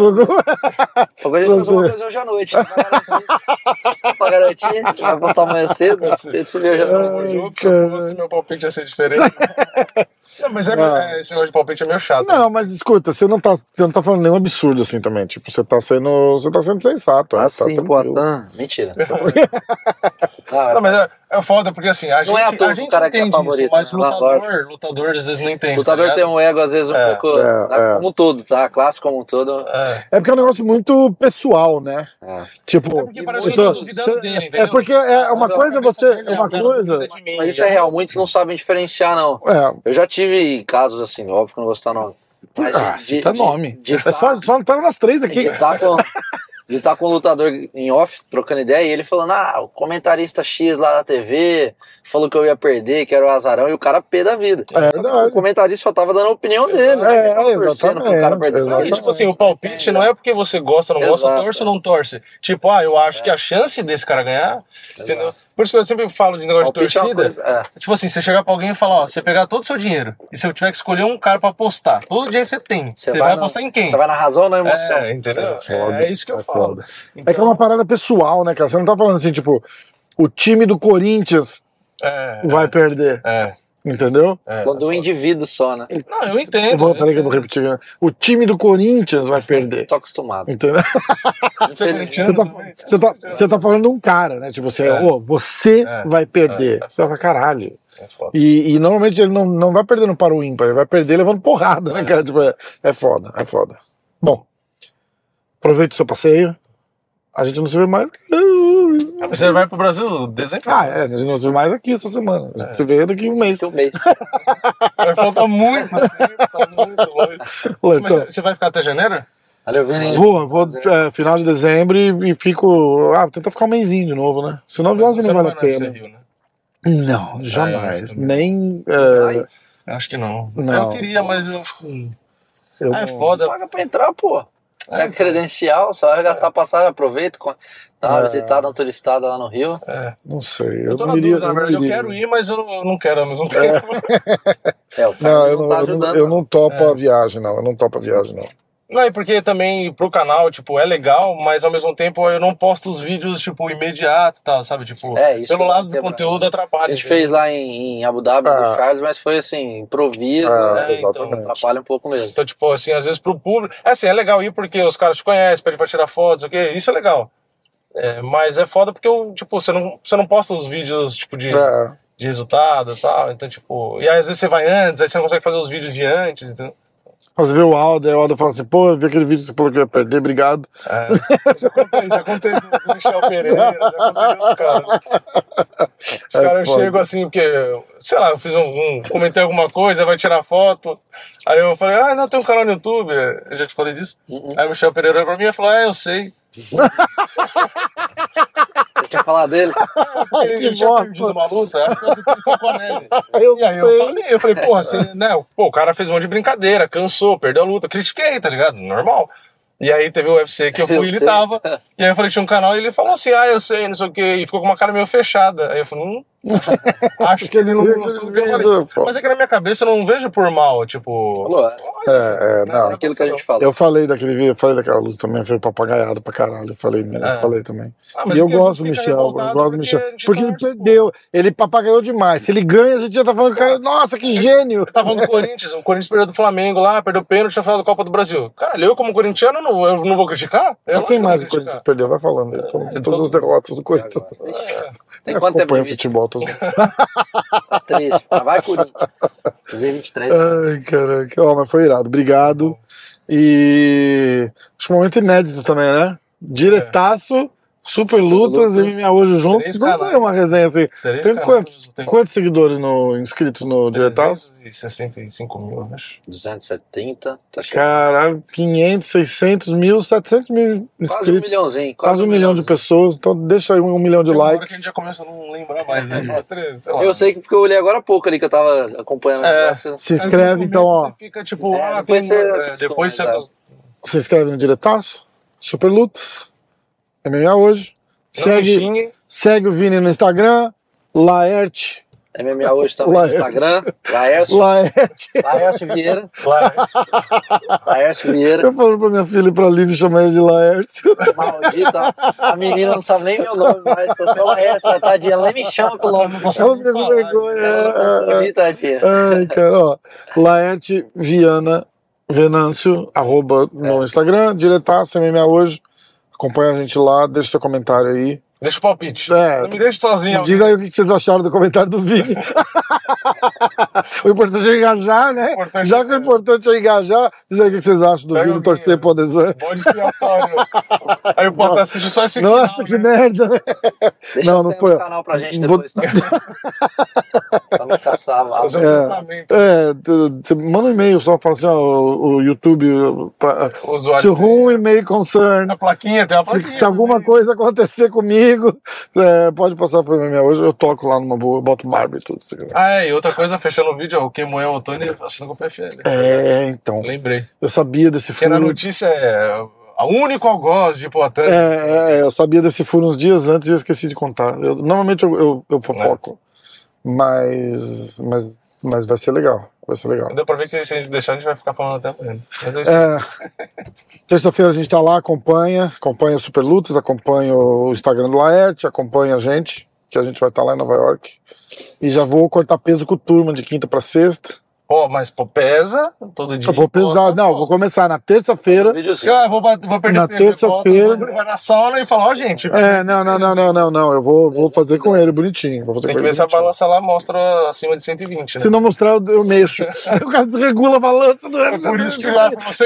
S3: Talvez a gente faça uma
S1: Você-
S3: coisa hoje à noite. Vai garantir. Pra garantir. Vai postar amanhã cedo. A gente se vê hoje à noite.
S2: Pelo jogo, se eu fosse, meu palpite ia ser diferente. Não, mas é,
S1: Não.
S2: é, esse negócio de palpite é meio chato.
S1: Não, mas escuta, você não, tá, você não tá falando nenhum absurdo assim também. Tipo, você tá sendo. Você tá sendo sensato. é,
S3: Assim,
S1: tá tranquilo.
S3: Poitin. Mentira. Ah,
S2: Não, mas é, é foda, porque assim, a
S3: Não
S2: gente,
S3: é à toa que
S2: a gente
S3: o cara que é
S2: entende
S3: favorito,
S2: isso, mas
S3: né?
S2: lutador, lutador às vezes não entende.
S3: o lutador
S2: tá
S3: tem
S2: ligado?
S3: um ego, às vezes, um
S2: É,
S3: pouco.
S1: é,
S3: né,
S1: é.
S3: Como um todo, tá? A classe como um todo.
S2: É.
S1: É porque é um negócio muito pessoal, né?
S3: É.
S1: Tipo.
S2: É porque parece que eu tô duvidando dele, entendeu?
S1: É porque é uma
S2: Mas a
S1: coisa
S2: cabeça
S1: você.
S2: dele
S1: É uma
S2: cara,
S1: coisa.
S2: duvida de mim, né?
S3: Mas isso é real, muitos não sabem diferenciar, não.
S2: tipo,
S1: É.
S3: Eu já tive casos assim, óbvio que eu não vou citar nome. Mas
S1: Ah,
S3: de-
S1: cita
S3: de-
S1: nome.
S3: de- É
S1: É só, só tá nas três aqui.
S3: De estar com, de tá com o lutador em off, trocando ideia, e ele falando, ah, o comentarista X lá da TV falou que eu ia perder, que era o azarão, e o cara pê da vida.
S1: É
S3: O
S1: verdade.
S3: comentarista só tava dando a opinião dele, né?
S1: É,
S3: Ele tava torcendo pro cara
S1: exatamente,
S3: perder.
S2: E, tipo assim, o palpite não é porque você gosta ou não gosta,
S3: Exato.
S2: torce ou não torce. Tipo, ah, eu acho que a chance desse cara ganhar, entendeu? Por isso que eu sempre falo de negócio
S3: Palpite
S2: de
S3: é uma
S2: torcida.
S3: coisa- é.
S2: Tipo assim, você chegar pra alguém e falar, ó, você pegar todo o seu dinheiro e se eu tiver que escolher um cara pra apostar, todo o dinheiro que você tem, você, vai,
S3: na-
S2: apostar em quem?
S3: Você vai na razão ou na emoção?
S2: É, entendeu?
S1: É foda,
S2: É, isso que eu
S1: é
S2: falo. Então,
S1: foda. É que é uma parada pessoal, né, cara? Você não tá falando assim, tipo, o time do Corinthians
S2: É,
S1: vai perder,
S2: é,
S1: entendeu?
S2: é.
S3: Falando do um indivíduo só, né?
S2: Não, eu entendo.
S1: Eu vou, peraí que eu vou
S2: é.
S1: repetir. né? O time do Corinthians vai perder,
S3: Tô acostumado.
S1: entendeu?
S3: Infelizmente.
S1: Você tá, você tá, você tá falando de um cara, né? Tipo, você,
S2: É.
S1: ô, você
S2: É.
S1: vai perder.
S2: É.
S1: Você vai falar, caralho. E, e normalmente ele não, não vai perdendo para o ímpar, ele vai perder levando porrada, né, cara? Tipo, é, é foda, é foda. Bom, aproveita o seu passeio. A gente não se vê mais.
S2: Ah, Você vai pro Brasil dezembro?
S1: Ah, é, a gente não se vê mais aqui essa semana. A gente se vê daqui a um mês.
S3: Esse é o mês.
S2: Vai faltar Tá muito tempo, tá muito longe. Mas
S1: é.
S2: é,
S1: Então,
S2: você- você vai ficar até janeiro?
S3: Valeu, Vini.
S1: vou, vou é, final de dezembro e, e fico. Ah, tenta ficar um mêsinho de novo, né? Senão a viagem
S2: Você
S1: não vale a
S2: vai no
S1: pena.
S2: Rio, né?
S1: Não, jamais.
S2: eu também.
S1: Nem. é,
S3: Vai.
S2: Acho que não.
S1: Não.
S2: Eu queria, mas eu acho que.
S1: eu
S2: Ah, é
S1: não-
S2: foda.
S3: Paga pra entrar,
S2: É,
S3: pô. Pega credencial, só vai gastar passagem, aproveita. co- Dá uma
S1: É.
S3: visitada, uma turistada lá no Rio.
S2: É.
S1: Não sei.
S2: Eu,
S1: Eu
S2: tô
S1: não
S2: na
S1: iria.
S2: dúvida, na
S1: eu não
S2: verdade. Eu
S1: iria.
S2: quero ir, mas eu não, eu não quero ao mesmo tempo.
S3: É, o cara
S1: Não, eu não,
S3: tá
S1: eu não-
S3: ajudando.
S1: eu não topo
S2: É.
S1: a viagem, não. Eu não topo a viagem, não.
S2: Não, e porque também pro canal, tipo, é legal, mas ao mesmo tempo eu não posto os vídeos, tipo, imediato e tal, sabe? Tipo,
S3: É, isso
S2: pelo
S3: não
S2: lado do
S3: quebra.
S2: conteúdo é
S3: A
S2: atrapalha.
S3: gente fez lá em, em Abu Dhabi
S1: Ah.
S3: do Charles, mas foi assim, improviso,
S1: Ah,
S3: né?
S2: então,
S1: exatamente.
S3: atrapalha um pouco mesmo.
S2: Então, tipo, assim, às vezes pro público. É assim, é legal ir porque os caras te conhecem, pedem pra tirar fotos, ok? Isso é legal. É, mas é foda porque, eu, tipo, você não, você não posta os vídeos, tipo, de,
S1: É,
S2: de resultado e tal. Então, tipo. E aí, às vezes você vai antes, aí você não consegue fazer os vídeos de antes, entendeu?
S1: Você vê o Alda, aí o Alda fala assim, pô, eu vi aquele vídeo que você falou que eu ia perder, obrigado.
S2: É, já contei, já contei do, do Michel Pereira, já contei dos caras. Os
S1: É
S2: caras
S1: foda.
S2: chegam assim, porque, sei lá, eu fiz um, um- comentei alguma coisa, vai tirar foto. Aí eu falei, ah, não, tem um canal no YouTube. Eu já te falei disso.
S3: Uhum.
S2: Aí o Michel Pereira olhou pra mim e falou, é, eu sei.
S3: Eu tinha falar dele,
S2: Porque ele
S1: Que
S2: tinha
S1: bosta.
S2: perdido uma luta, acho que era do Cristian Conelli.
S1: Eu
S2: E aí eu
S1: sei.
S2: falei, eu falei, porra, você, né? Pô, o cara fez um monte de brincadeira, cansou, perdeu a luta, critiquei, tá ligado? Normal. E aí teve o UFC que eu fui
S3: Eu
S2: e ele
S3: sei.
S2: tava. E aí eu falei, tinha um canal e ele falou assim, ah, eu sei, não sei o quê. E ficou com uma cara meio fechada. Aí eu falei, hum. Acho que ele não gostou do que eu falei. Mas é que na minha cabeça eu não vejo por mal, tipo. né,
S3: falou, é,
S1: É, é, não.
S3: aquilo que a gente
S2: um-
S3: fala.
S1: Eu falei daquele vídeo, eu falei daquela luta também, foi papagaiado pra caralho, eu falei mesmo, eu
S2: É.
S1: falei também.
S2: Ah, mas
S1: e
S2: é
S1: eu
S2: que a gente
S1: gosto do
S2: fica
S1: Michel, eu
S2: revoltado
S1: gosto do Michel.
S2: a gente tá
S1: Porque ele
S2: torce, pô.
S1: perdeu, ele papagaiou demais. Se ele ganha, a gente já tá falando, cara, nossa, que gênio!
S2: É, Eu tava falando do Corinthians, o Corinthians perdeu do Flamengo lá, perdeu o pênalti na final da Copa do Brasil. Caralho, eu como corintiano não, eu não vou criticar? Eu
S1: Mas quem
S2: lógico que
S1: mais
S2: vou
S1: o Corinthians
S2: criticar.
S1: perdeu? Vai falando. Eu tô-
S2: É,
S1: todas
S2: todo-
S1: as derrotas do Corinthians.
S3: Agora. Ixi,
S2: É.
S3: Tem quanto tempo de
S1: Acompanho
S3: vídeo?
S1: futebol, tô...
S3: Tá triste. Mas Vai, Corinthians. 2023.
S1: Ai, caraca. Ó, mas foi irado. Obrigado. E. Acho um momento inédito também, né? Diretaço Super Lutas e
S3: Lutas.
S1: MMA hoje juntos.
S2: Três
S1: Não
S2: canais.
S1: tem uma resenha assim.
S2: Três
S1: Tem
S2: canais,
S1: quantos,
S2: tem
S1: quantos seguidores no, inscritos no Diretal?
S2: 365 mil, eu acho.
S3: 270, tá chegando.
S1: Caralho, 500, 600 mil, 700 mil
S3: Quase um
S1: inscritos.
S3: milhãozinho.
S1: Quase um milhão de
S3: milhãozinho.
S1: pessoas. Então deixa aí um milhão de
S2: Chega uma hora que a
S1: likes.
S2: gente já começa a não lembrar mais, né? Fala, três, sei lá.
S3: Eu sei que porque eu olhei agora há pouco ali que eu tava acompanhando o
S2: É.
S3: negócio.
S1: Se
S2: Mas no
S1: inscreve,
S2: começo
S1: então, ó.
S2: Você fica tipo,
S3: É,
S2: ah, tem-
S3: depois você
S2: é,
S3: acostuma,
S2: depois você.
S3: exato.
S1: Se inscreve no Diretaço. Super Lutas. MMA hoje. Segue,
S2: Segue.
S1: segue o Vini no Instagram. Laerte.
S3: MMA hoje também no
S1: Laércio.
S3: Instagram. Laércio.
S1: Laerte.
S3: Laércio Vieira.
S2: Claro.
S3: Laércio Vieira.
S1: Eu falo pra minha filha e pra Liv chamar ele de Laerte.
S3: Maldita. A menina não sabe nem meu nome, mas tá só Laércio. Tá, tadinha. Ela nem me chama pelo nome.
S1: Ela fica com
S2: falar, né?
S1: vergonha.
S3: Ela
S1: É, é, é.
S3: confunde, tadinha.
S1: Ai, cara, ó. Laerte Viana Venâncio, arroba no
S2: É.
S1: Instagram, diretaço MMA hoje. Acompanha a gente lá, deixa seu comentário aí.
S2: Deixa o palpite.
S1: É.
S2: Não me deixe sozinho.
S1: Diz aí o que vocês acharam do comentário do Vini. o importante é engajar, né?
S2: Importante
S1: Já que o
S2: é-
S1: importante é engajar, diz aí o que vocês acham do
S2: Pega
S1: Vini
S2: o
S1: torcer
S2: Vini.
S1: pro Adesanya.
S2: Bode expiatório. Aí o Pata assiste só esse
S1: Nossa, que
S2: final, né?
S1: merda, né?
S3: Deixa
S1: Não,
S3: não,
S1: não
S3: não
S1: foi-
S3: o canal pra gente
S1: Vou-
S3: depois, tá? pra não caçar a vaca.
S2: Fazer um
S1: É.
S2: testamento.
S1: É, tu- tu manda um e-mail só, fala assim, ó, o, o YouTube, pra,
S2: O Usuário.
S1: to whom we may concern.
S2: A plaquinha, tem uma plaquinha.
S1: Se, se alguma
S2: Ah, também.
S1: coisa acontecer comigo, é, pode passar pro MMA hoje. Eu toco lá numa boa, eu boto Barbie e tudo. se quiser.
S2: Ah, é, e outra coisa, fechando o vídeo, ó, o Kemuel Otoni assinou com o PFL.
S1: É, então.
S2: Lembrei.
S1: Eu sabia desse
S2: Que era a
S1: furo.
S2: notícia é. O único algoz de Poitin.
S1: É, é, eu sabia desse furo uns dias antes e eu esqueci de contar. Eu- normalmente eu, eu, eu
S2: É.
S1: fofoco. Mas, mas, mas vai ser legal. Vai ser legal.
S2: Deu pra ver que se a gente deixar, a gente vai ficar falando até amanhã. Mas eu
S1: É, Terça-feira a gente tá lá, acompanha, acompanha o Super Lutas, acompanha o Instagram do Laerte, acompanha a gente, que a gente vai estar lá em Nova York. E já vou cortar peso com o turma de quinta pra sexta.
S2: Pô, mas pô, pesa todo dia.
S1: Eu vou pesar,
S2: Pô,
S1: não, eu vou começar na terça-feira.
S3: Videozinho.
S2: Ah, eu vou, bater- vou perder
S1: Na
S2: peso.
S1: terça-feira-
S2: Bota, Vai na sauna e fala, ó, gente,
S1: É, não, não, não, não, não, não, eu vou, vou fazer com ele bonitinho. Vou fazer
S2: tem
S1: com
S2: que
S1: ele
S2: ver se a
S1: bonitinho.
S2: balança lá mostra acima de 120, né?
S1: Se não mostrar, eu, eu mexo. Aí o cara desregula a balança do é,
S2: É por isso que lá pra você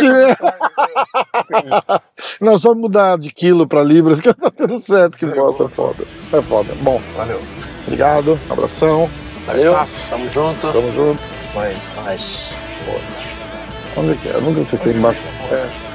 S2: que
S1: Não, só mudar de quilo pra libras que tá tudo certo, que bosta, é foda. É foda. Bom,
S2: Valeu.
S1: obrigado, abração,
S3: Valeu. Tamo junto.
S2: Tá.
S1: tamo junto.
S2: Mas.
S3: Mas...
S1: Onde é que é? Eu nunca sei se tem embaixo. É.